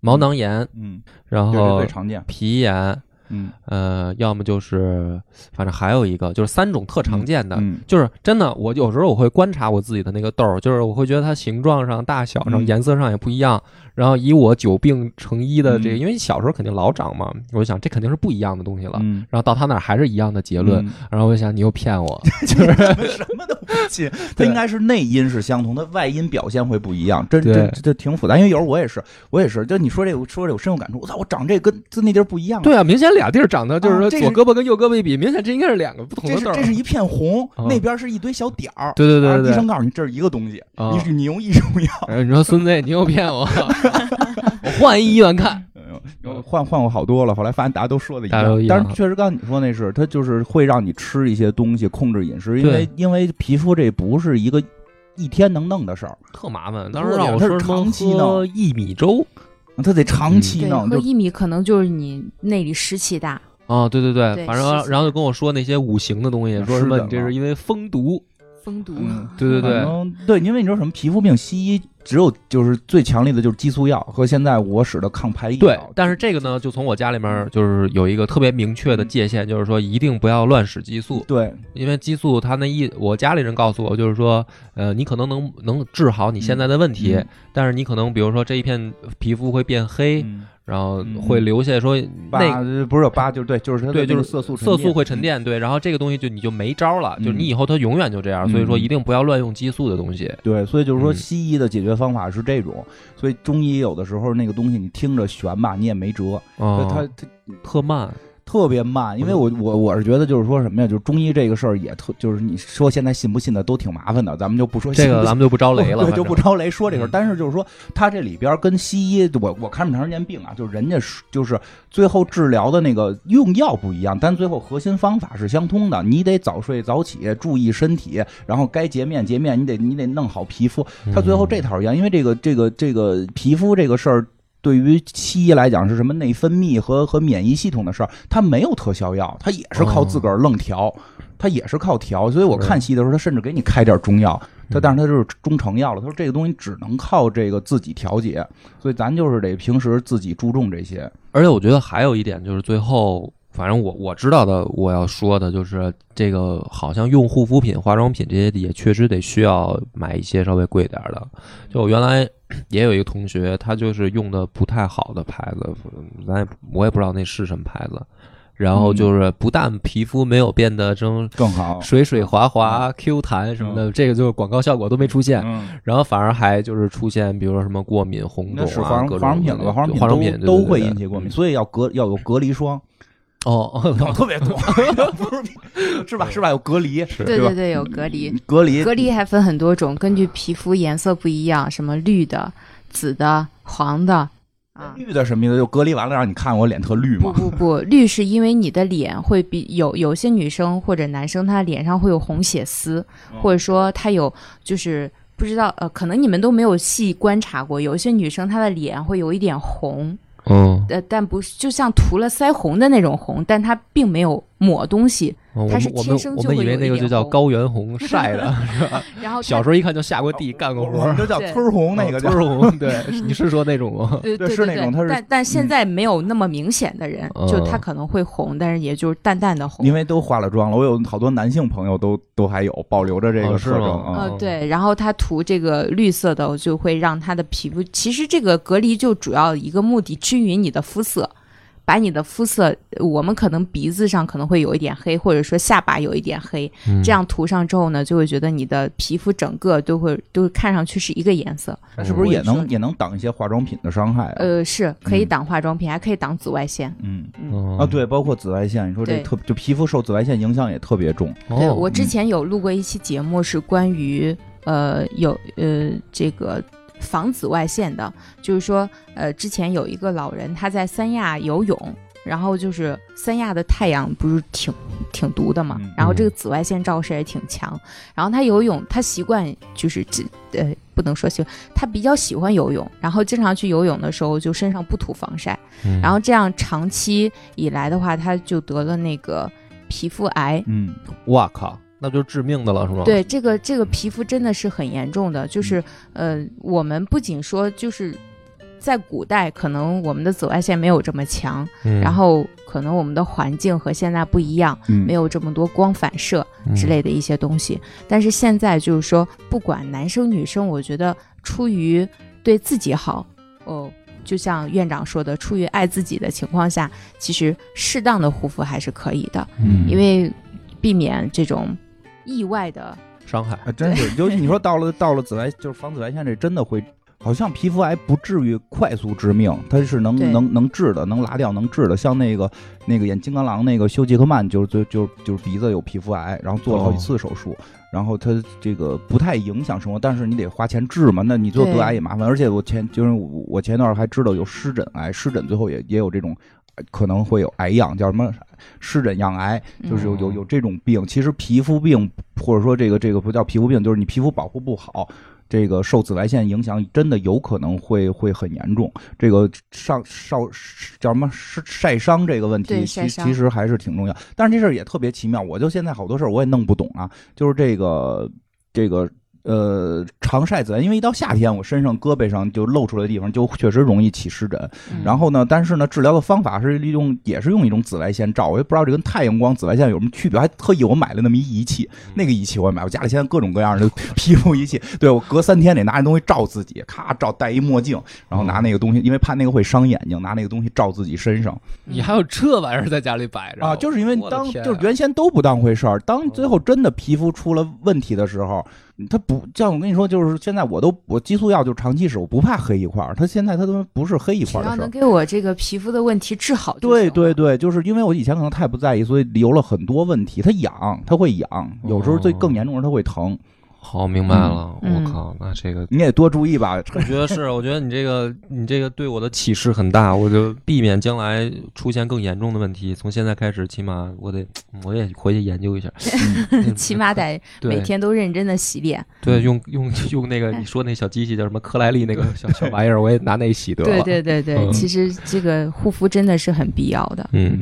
Speaker 1: 毛囊炎，
Speaker 3: 嗯，
Speaker 1: 然
Speaker 3: 对，这
Speaker 1: 后
Speaker 3: 最常见。
Speaker 1: 皮炎，
Speaker 3: 嗯，
Speaker 1: 呃，要么就是反正还有一个就是三种特常见的，
Speaker 3: 嗯，
Speaker 1: 就是真的，我有时候我会观察我自己的那个痘儿，就是我会觉得它形状上、大小上、
Speaker 3: 嗯
Speaker 1: 颜色上也不一样。然后以我久病成医的这个，
Speaker 3: 嗯
Speaker 1: 因为小时候肯定老长嘛，我就想这肯定是不一样的东西了。
Speaker 3: 嗯，
Speaker 1: 然后到他那儿还是一样的结
Speaker 3: 结
Speaker 1: 论， 然后我就想你又骗我，
Speaker 3: 什么都不信，它
Speaker 1: 对
Speaker 3: 应该是内因是相同，它外因表现会不一样。真
Speaker 1: 对
Speaker 3: 真这挺复杂，因为有时候我也是，我也是，就你说这个，说这我深有感触。我操，我长这跟跟那地儿不一 样。
Speaker 1: 对啊，明显俩地儿长得就是
Speaker 3: 啊
Speaker 1: 说
Speaker 3: 这
Speaker 1: 左
Speaker 3: 是
Speaker 1: 胳膊跟右胳膊一比，明显这应该是两个不同
Speaker 3: 这
Speaker 1: 的
Speaker 3: 是
Speaker 1: 痘儿
Speaker 3: 这。是一片红，
Speaker 1: 嗯
Speaker 3: 那边是一堆小点儿。
Speaker 1: 对对对
Speaker 3: 啊
Speaker 1: 对对
Speaker 3: 医生告诉你这是一个东西，
Speaker 1: 啊
Speaker 3: 你你用一种药。
Speaker 1: 哎，你说孙子，你又骗 我，我换一医院 看。
Speaker 3: 哎
Speaker 1: 嗯
Speaker 3: 呦换换过好多了，后来发现大家都说的一
Speaker 1: 大家都
Speaker 3: 样
Speaker 1: 一，样
Speaker 3: 但是确实刚才你说那是，它就是会让你吃一些东西，控制饮食，因为因为皮肤这不是一个一天能弄的事儿，
Speaker 1: 特麻烦，
Speaker 3: 特
Speaker 1: 当时让
Speaker 3: 点
Speaker 1: 我
Speaker 3: 它是
Speaker 1: 说什么
Speaker 3: 长期的
Speaker 1: 喝薏米粥
Speaker 3: 它得
Speaker 1: 嗯
Speaker 3: 长期
Speaker 2: 对，
Speaker 3: 弄，
Speaker 2: 喝
Speaker 3: 就
Speaker 2: 薏米可能就是你那里湿气大，
Speaker 1: 啊，对对对，
Speaker 2: 对
Speaker 1: 反正
Speaker 2: 是
Speaker 1: 然后就跟我说那些五行的东西，说什么
Speaker 3: 啊是的
Speaker 1: 你这是因为风毒，
Speaker 2: 风毒。
Speaker 3: 嗯
Speaker 1: 对对 对
Speaker 3: 反正对，因为你知道什么皮肤病，西医只有就是最强力的就是激素药和现在我使的抗排异
Speaker 1: 对
Speaker 3: 药，，
Speaker 1: 但是这个呢，就从我家里面就是有一个特别明
Speaker 3: 嗯
Speaker 1: 确的界限，就是说一定不要乱使激素，
Speaker 3: 对，
Speaker 1: 因为激素它那一，我家里人告诉我就是说，呃，你可能能能治好你现在的问题，
Speaker 3: 嗯
Speaker 1: 但是你可能比如说这一片皮肤会变黑，
Speaker 3: 嗯
Speaker 1: 然后
Speaker 3: 嗯
Speaker 1: 会留下说
Speaker 3: 疤
Speaker 1: 那。
Speaker 3: 呃不是有疤，就是对，就是它的
Speaker 1: 对，
Speaker 3: 那
Speaker 1: 就
Speaker 3: 个
Speaker 1: 是
Speaker 3: 色素沉
Speaker 1: 色素会沉
Speaker 3: 嗯
Speaker 1: 淀，对，然后这个东西就你就没招了，
Speaker 3: 嗯
Speaker 1: 就是你以后它永远就这样，所以说
Speaker 3: 嗯
Speaker 1: 一定不要乱用激素的东西。
Speaker 3: 对，所以就是说
Speaker 1: 嗯
Speaker 3: 西医的解决方法是这种，所以中医有的时候那个东西你听着悬吧，你也没辙，它它
Speaker 1: 哦，
Speaker 3: 它
Speaker 1: 特慢，
Speaker 3: 特别慢，因为我
Speaker 1: 嗯
Speaker 3: 我我是觉得就是说什么呀，就是中医这个事儿也特，就是你说现在信不信的都挺麻烦的，咱们就不说
Speaker 1: 这
Speaker 3: 信
Speaker 1: 个
Speaker 3: 不
Speaker 1: 咱
Speaker 3: 信
Speaker 1: 们就不招雷 了，
Speaker 3: 对，就
Speaker 1: 反正
Speaker 3: 不招雷说这事儿。
Speaker 1: 嗯
Speaker 3: 但是就是说，他这里边跟西医，我我看这么长时间病啊，就是人家是就是最后治疗的那个用药不一样，但最后核心方法是相通的。你得早睡早起，注意身体，然后该洁面洁面，你得你得弄好皮肤。
Speaker 1: 嗯
Speaker 3: 他最后这套一样，因为这个这个这个皮肤这个事儿。对于西医来讲是什么内分泌和和免疫系统的事儿，它没有特效药，它也是靠自个儿愣调，它也是靠调。所以我看戏的时候，他甚至给你开点中药，他但是他就是中成药了。他说这个东西只能靠这个自己调节，所以咱就是得平时自己注重这些。
Speaker 1: 而且我觉得还有一点就是最后，反正我我知道的，我要说的就是这个，好像用护肤品、化妆品这些也确实得需要买一些稍微贵点儿的。就我原来 也有一个同学，他就是用的不太好的牌子，嗯咱也不我也不知道那是什么牌子。然后
Speaker 3: 嗯
Speaker 1: 就是不但皮肤没有变得成
Speaker 3: 更好。
Speaker 1: 水水滑滑、Q 弹什么的，这个就是广告效果都没出现。
Speaker 3: 嗯，
Speaker 1: 然后反而还就是出现，比如说什么过敏、红
Speaker 3: 那
Speaker 1: 肿
Speaker 3: 是
Speaker 1: 啊，
Speaker 3: 化
Speaker 1: 各
Speaker 3: 妆
Speaker 1: 种
Speaker 3: 化妆品
Speaker 1: 的
Speaker 3: 吧，化
Speaker 1: 对
Speaker 3: 妆
Speaker 1: 化妆
Speaker 3: 品
Speaker 1: 品
Speaker 3: 都都会
Speaker 1: 对对对
Speaker 3: 引起过敏，
Speaker 1: 嗯
Speaker 3: 所以要隔要有隔离 霜，
Speaker 1: 哦，
Speaker 3: 搞得特别多，不是是吧？是吧？有隔离，
Speaker 1: 是
Speaker 2: 对
Speaker 3: 吧
Speaker 2: 对？对，有隔离，
Speaker 1: 嗯
Speaker 3: 隔离
Speaker 2: 隔离还分很多种，根据皮肤颜色不一样，什么绿的、紫的、黄的
Speaker 1: 嗯
Speaker 2: 啊。
Speaker 3: 绿的什么意思？就隔离完了让你看我脸特绿
Speaker 2: 不
Speaker 3: 吗？
Speaker 2: 不不， 绿是因为你的脸会比有有些女生或者男生，他脸上会有红血丝，或者说他有就是不知道呃，可能你们都没有细观察过，有一些女生她的脸会有一点红，
Speaker 1: 嗯，
Speaker 2: 呃，但不是就像涂了腮红的那种红，但它并没有抹东西，
Speaker 1: 哦我
Speaker 2: 它
Speaker 1: 们
Speaker 2: 是
Speaker 1: 我
Speaker 2: 天
Speaker 1: 们
Speaker 2: 生
Speaker 1: 我
Speaker 2: 就
Speaker 1: 们以
Speaker 2: 会
Speaker 1: 为
Speaker 2: 有
Speaker 1: 那
Speaker 2: 一
Speaker 1: 个就
Speaker 2: 点
Speaker 1: 叫
Speaker 2: 红
Speaker 1: 高原红晒的， 是吧？
Speaker 2: 然后
Speaker 1: 小时候一看就下过地干过
Speaker 3: 我
Speaker 1: 活
Speaker 3: 我们
Speaker 1: 儿，
Speaker 3: 这叫
Speaker 2: 对
Speaker 3: 村红那个
Speaker 1: 就
Speaker 3: 叫
Speaker 1: 是红，嗯 对，是你是说那种吗？
Speaker 2: 对
Speaker 3: 对
Speaker 2: 对
Speaker 3: 是那种它是
Speaker 2: 但但现
Speaker 3: 嗯
Speaker 2: 在没有那么明显的人，就他
Speaker 1: 嗯
Speaker 2: 可能会红，但是也就是淡淡的红
Speaker 3: 因。为都化了妆了，我有好多男性朋友都都还有保留着这个
Speaker 1: 哦是吗
Speaker 3: 特征啊。
Speaker 2: 呃
Speaker 1: 哦，
Speaker 2: 对，然后他涂这个绿色的，就会让他的皮肤。其实这个隔离就主要一个目的，均匀你的肤色，把你的肤色，呃我们可能鼻子上可能会有一点黑，或者说下巴有一点黑，
Speaker 3: 嗯
Speaker 2: 嗯这样涂上之后呢，就会觉得你的皮肤整个都会都看上去是一个颜色。
Speaker 1: 嗯
Speaker 3: 那是不是也
Speaker 2: 我
Speaker 3: 能
Speaker 2: 也
Speaker 3: 也能挡一些化妆品的伤害啊？
Speaker 2: 呃，是可以
Speaker 3: 嗯
Speaker 2: 挡化妆品，还可以挡紫外线。
Speaker 3: 嗯
Speaker 1: 嗯
Speaker 3: 啊，，对，包括紫外线，你说这
Speaker 2: 对
Speaker 3: 特就皮肤受紫外线影响也特别重。
Speaker 2: 对
Speaker 1: 哦
Speaker 2: 我之
Speaker 3: 嗯
Speaker 2: 前有录过一期节目，是关于呃有呃这个防紫外线的，就是说，呃，之前有一个老人他在三亚游泳，然后就是三亚的太阳不是挺挺毒的嘛
Speaker 3: 嗯，
Speaker 2: 然后这个紫外线照射也挺强，然后他游泳，他习惯就是这呃不能说习惯，他比较喜欢游泳，然后经常去游泳的时候就身上不涂防晒，
Speaker 1: 嗯
Speaker 2: 然后这样长期以来的话，他就得了那个皮肤癌。
Speaker 3: 嗯，
Speaker 1: 哇靠，那不就是致命的了是吗？，
Speaker 2: 对，这个这个皮肤真的是很严重的，就是
Speaker 1: 嗯
Speaker 2: 呃，我们不仅说就是在古代，可能我们的紫外线没有这么强，
Speaker 1: 嗯、
Speaker 2: 然后可能我们的环境和现在不一样，没
Speaker 3: 没
Speaker 2: 有这么多光反射
Speaker 1: 嗯
Speaker 2: 之类的一些东西。但是现在就是说，不管男生女生，我觉得出于对自己好，哦。就像院长说的，出于爱自己的情况下，其实适当的护肤还是可以的，
Speaker 1: 嗯，
Speaker 2: 因为避免这种意外的
Speaker 1: 伤害，
Speaker 3: 啊，真是，尤其你说到了到了紫外，就是防紫外线这真的会，好像皮肤癌不至于快速致命，它是能
Speaker 2: 对
Speaker 3: 能能治的，能拉掉能治的。像那个那个演金刚狼那个休杰克曼，就是就就就是鼻子有皮肤癌，然后做了好几
Speaker 1: 哦
Speaker 3: 次手术，然后他这个不太影响生活，但是你得花钱治嘛，那你最后得
Speaker 2: 对
Speaker 3: 癌也麻烦。而且我前就是我我前段还知道有湿疹癌，湿疹最后也也有这种。呃可能会有癌样，叫什么湿疹样癌，
Speaker 2: 嗯
Speaker 3: 就是有有有这种病。其实皮肤病或者说这个这个不叫皮肤病，就是你皮肤保护不好，这个受紫外线影响，真的有可能会会很严重。这个上少叫什么晒晒伤这个问题，
Speaker 2: 对
Speaker 3: 其
Speaker 2: 晒伤
Speaker 3: 其实还是挺重要。但是这事儿也特别奇妙，我就现在好多事儿我也弄不懂啊，就是这个这个。呃，常晒紫外，因为一到夏天，我身上、胳膊上就露出来的地方，就确实容易起湿疹。
Speaker 2: 嗯
Speaker 3: 然后呢，但是呢，治疗的方法是利用，也是用一种紫外线照，我也不知道这跟太阳光、紫外线有什么区别，还特意我买了那么一仪器，那个仪器我也买，我家里现在各种各样的皮肤仪器，对我隔三天得拿那东西照自己，咔照戴一墨镜，然后拿那个东西，因为怕那个会伤眼睛，拿那个东西照自己身上
Speaker 1: 嗯你还有这玩意儿在家里摆着
Speaker 3: 啊，就是因为
Speaker 1: 我的
Speaker 3: 当
Speaker 1: 天啊
Speaker 3: 就是原先都不当回事儿，当最后真的皮肤出了问题的时候，它不像我跟你说，就是现在我都我激素药就长期使，我不怕黑一块儿，它现在它都不是黑一
Speaker 2: 只
Speaker 3: 块儿的
Speaker 2: 要
Speaker 3: 事儿
Speaker 2: 能。给我这个皮肤的问题治好就行
Speaker 3: 对
Speaker 2: 了
Speaker 3: 对对，就是因为我以前可能太不在意，所以留了很多问题。它痒，它会痒，有时候最
Speaker 1: 哦
Speaker 3: 更严重的是它会疼。
Speaker 1: 好明白了，
Speaker 2: 嗯
Speaker 1: 我靠，那这个。
Speaker 3: 你也多注意吧。
Speaker 1: 我觉得是，我觉得你这个你这个对我的启示很大，我就避免将来出现更严重的问题。从现在开始，起码我得我也回去研究 一下，嗯
Speaker 2: 起码得
Speaker 1: 对
Speaker 2: 每天都认真的洗脸。
Speaker 1: 对，用用用那个你说那小机器叫什么科莱利那个小小玩意儿， 我也拿那洗得了。
Speaker 2: 对对对对，
Speaker 1: 嗯
Speaker 2: 其实这个护肤真的是很必要的。
Speaker 1: 嗯，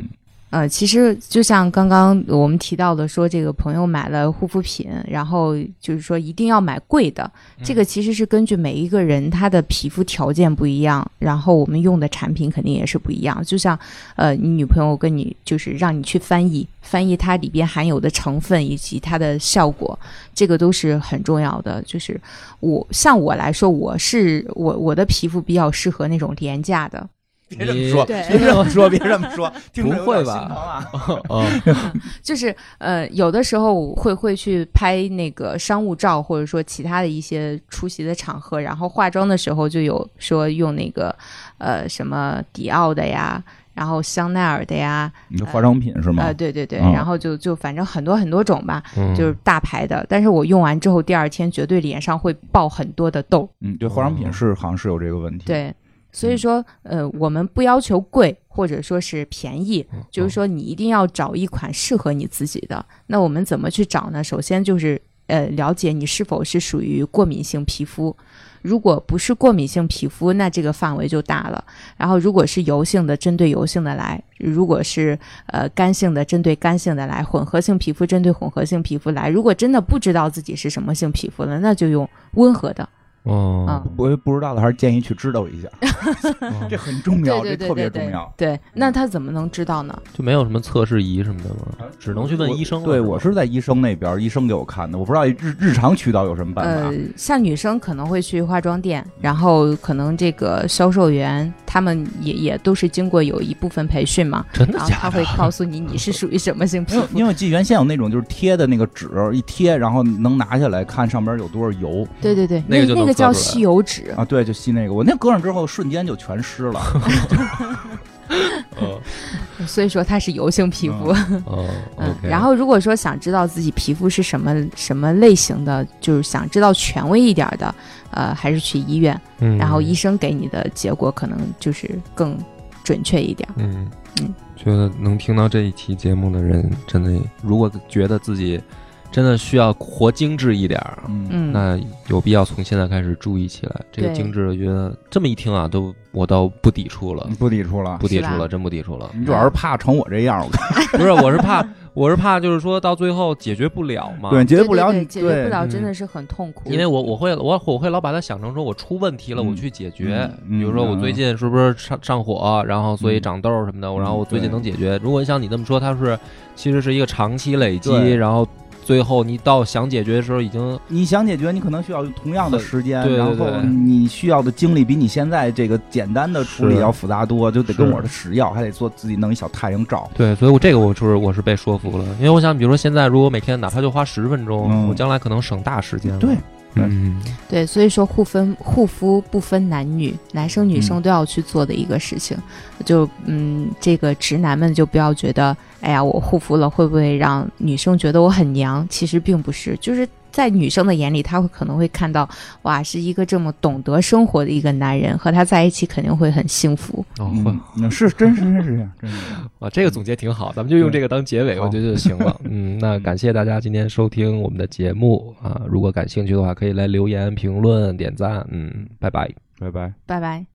Speaker 2: 呃，其实就像刚刚我们提到的，说这个朋友买了护肤品，然后就是说一定要买贵的，这个其实是根据每一个人他的皮肤条件不一样，然后我们用的产品肯定也是不一样。就像呃，你女朋友跟你就是让你去翻译，翻译它里边含有的成分以及它的效果，这个都是很重要的。就是我像我来说，我是我我的皮肤比较适合那种廉价的，
Speaker 3: 别这么说，
Speaker 2: 对
Speaker 3: 别这么说，别这么说，听着有
Speaker 1: 不会
Speaker 3: 点
Speaker 1: 吧
Speaker 3: 心疼啊？
Speaker 1: 嗯
Speaker 2: 就是呃，有的时候我会会去拍那个商务照，或者说其他的一些出席的场合，然后化妆的时候就有说用那个呃什么迪奥的呀，然后香奈儿的呀，
Speaker 3: 你说化妆品是吗
Speaker 2: 呃，？对对对，
Speaker 3: 嗯
Speaker 2: 然后就就反正很多很多种吧，
Speaker 1: 嗯，
Speaker 2: 就是大牌的。但是我用完之后，第二天绝对脸上会爆很多的痘，
Speaker 3: 嗯，对，化妆
Speaker 1: 哦
Speaker 3: 品是好像是有这个问题。，
Speaker 2: 对。所以说，呃，我们不要求贵或者说是便宜，就是说你一定要找一款适合你自己的。那我们怎么去找呢？首先就是呃，了解你是否是属于过敏性皮肤。如果不是过敏性皮肤，那这个范围就大了。然后，如果是油性的，针对油性的来；如果是呃干性的，针对干性的来；混合性皮肤针对混合性皮肤来。如果真的不知道自己是什么性皮肤了，那就用温和的。
Speaker 1: 哦哦
Speaker 2: 啊，
Speaker 3: 我也不知道的还是建议去知 道一下，
Speaker 2: 嗯
Speaker 3: 这很重要，
Speaker 2: 对
Speaker 3: 这
Speaker 2: 对对
Speaker 3: 特别
Speaker 2: 对
Speaker 3: 重要。
Speaker 1: 嗯
Speaker 2: 对，那他怎么能知道呢？
Speaker 1: 就没有什么测试仪什么的吗？只能去问医生了
Speaker 3: 我对，
Speaker 1: 是吧
Speaker 3: 我是在医生那边，医生给我看的。我不知道日日常渠道有什么办法
Speaker 2: 呃。，像女生可能会去化妆店，然后可能这个销售员他们也也都是经过有一部分培训嘛，
Speaker 1: 真的
Speaker 2: 然后
Speaker 1: 假
Speaker 2: 他
Speaker 1: 的哦
Speaker 2: 会？告诉你你是属于什么性皮
Speaker 3: 因为
Speaker 2: 肤。
Speaker 3: 因为我记得原先有那种就是贴的那个纸，一贴然后能拿下来看上边有多少油。
Speaker 2: 对对对，
Speaker 1: 那个就
Speaker 2: 那
Speaker 1: 能
Speaker 2: 个叫
Speaker 1: 出来
Speaker 2: 吸油纸，
Speaker 3: 啊，对，就吸那个，我那搁上之后瞬间就全 湿了。
Speaker 1: 哦
Speaker 2: 所以说它是油性皮肤。
Speaker 1: 哦
Speaker 2: 嗯，
Speaker 1: ，OK。
Speaker 2: 然后如果说想知道自己皮肤是什么什么类型的，就是想知道权威一点儿的，呃，还是去医院，
Speaker 1: 嗯，
Speaker 2: 然后医生给你的结果可能就是更准确一点儿。
Speaker 1: 嗯
Speaker 2: 嗯，
Speaker 1: 觉得能听到这一期节目的人，真的如果觉得自己真的需要活精致一点儿，
Speaker 3: 嗯，
Speaker 2: 嗯，
Speaker 1: 那有必要从现在开始注意起来。这个
Speaker 2: 对
Speaker 1: 精致的，觉得这么一听啊，都我倒不抵触了
Speaker 3: 你，嗯不抵触了
Speaker 1: 不，抵触
Speaker 2: 是吧
Speaker 1: 了，真不抵触了。
Speaker 3: 你主要是怕成我这样，我看
Speaker 1: 不是，我是怕，我是怕，就是说到最后解决不了嘛。
Speaker 3: 对，解决
Speaker 2: 对
Speaker 3: 不了，
Speaker 2: 对
Speaker 3: 你
Speaker 2: 对解决不了，
Speaker 1: 嗯
Speaker 2: 真的是很痛苦。
Speaker 1: 因为我我会我我会老把它想成说我出问题了，
Speaker 3: 嗯
Speaker 1: 我去解决。
Speaker 3: 嗯
Speaker 1: 比如说我最近是不是上上火，然后所以
Speaker 3: 嗯
Speaker 1: 长痘什么的，我然后我最近
Speaker 3: 对
Speaker 1: 能解决。如果像你这么说，它是其实是一个长期累积，
Speaker 3: 对
Speaker 1: 然后最后你到想解决的时候已经
Speaker 3: 你想解决，你可能需要用同样的时间，
Speaker 1: 对对对
Speaker 3: 然后你需要的精力比你现在这个简单的处理
Speaker 1: 是
Speaker 3: 要复杂多，就得跟
Speaker 1: 是
Speaker 3: 我的使药，还得做自己弄一小太阳照。
Speaker 1: 对，所以我这个我是我是被说服了，因为我想，比如说现在如果每天哪怕就花十分钟，
Speaker 3: 嗯
Speaker 1: 我将来可能省大时间了。
Speaker 3: 对，
Speaker 1: 嗯，
Speaker 2: 对，所以说护分护肤不分男女，男生女生
Speaker 3: 嗯
Speaker 2: 都要去做的一个事情。就嗯，这个直男们就不要觉得，哎呀，我护肤了会不会让女生觉得我很娘？其实并不是，就是在女生的眼里，她会可能会看到，哇，是一个这么懂得生活的一个男人，和他在一起肯定会很幸福。
Speaker 1: 哦，会
Speaker 3: 嗯，那是真是真是这样，真是这样。
Speaker 1: 啊，这个总结挺好，咱们就用这个当结尾，
Speaker 3: 嗯
Speaker 1: 我觉得就行了。嗯，那感谢大家今天收听我们的节目啊，如果感兴趣的话，可以来留言、评论、点赞。嗯，拜拜。
Speaker 3: 拜拜。
Speaker 2: 拜拜。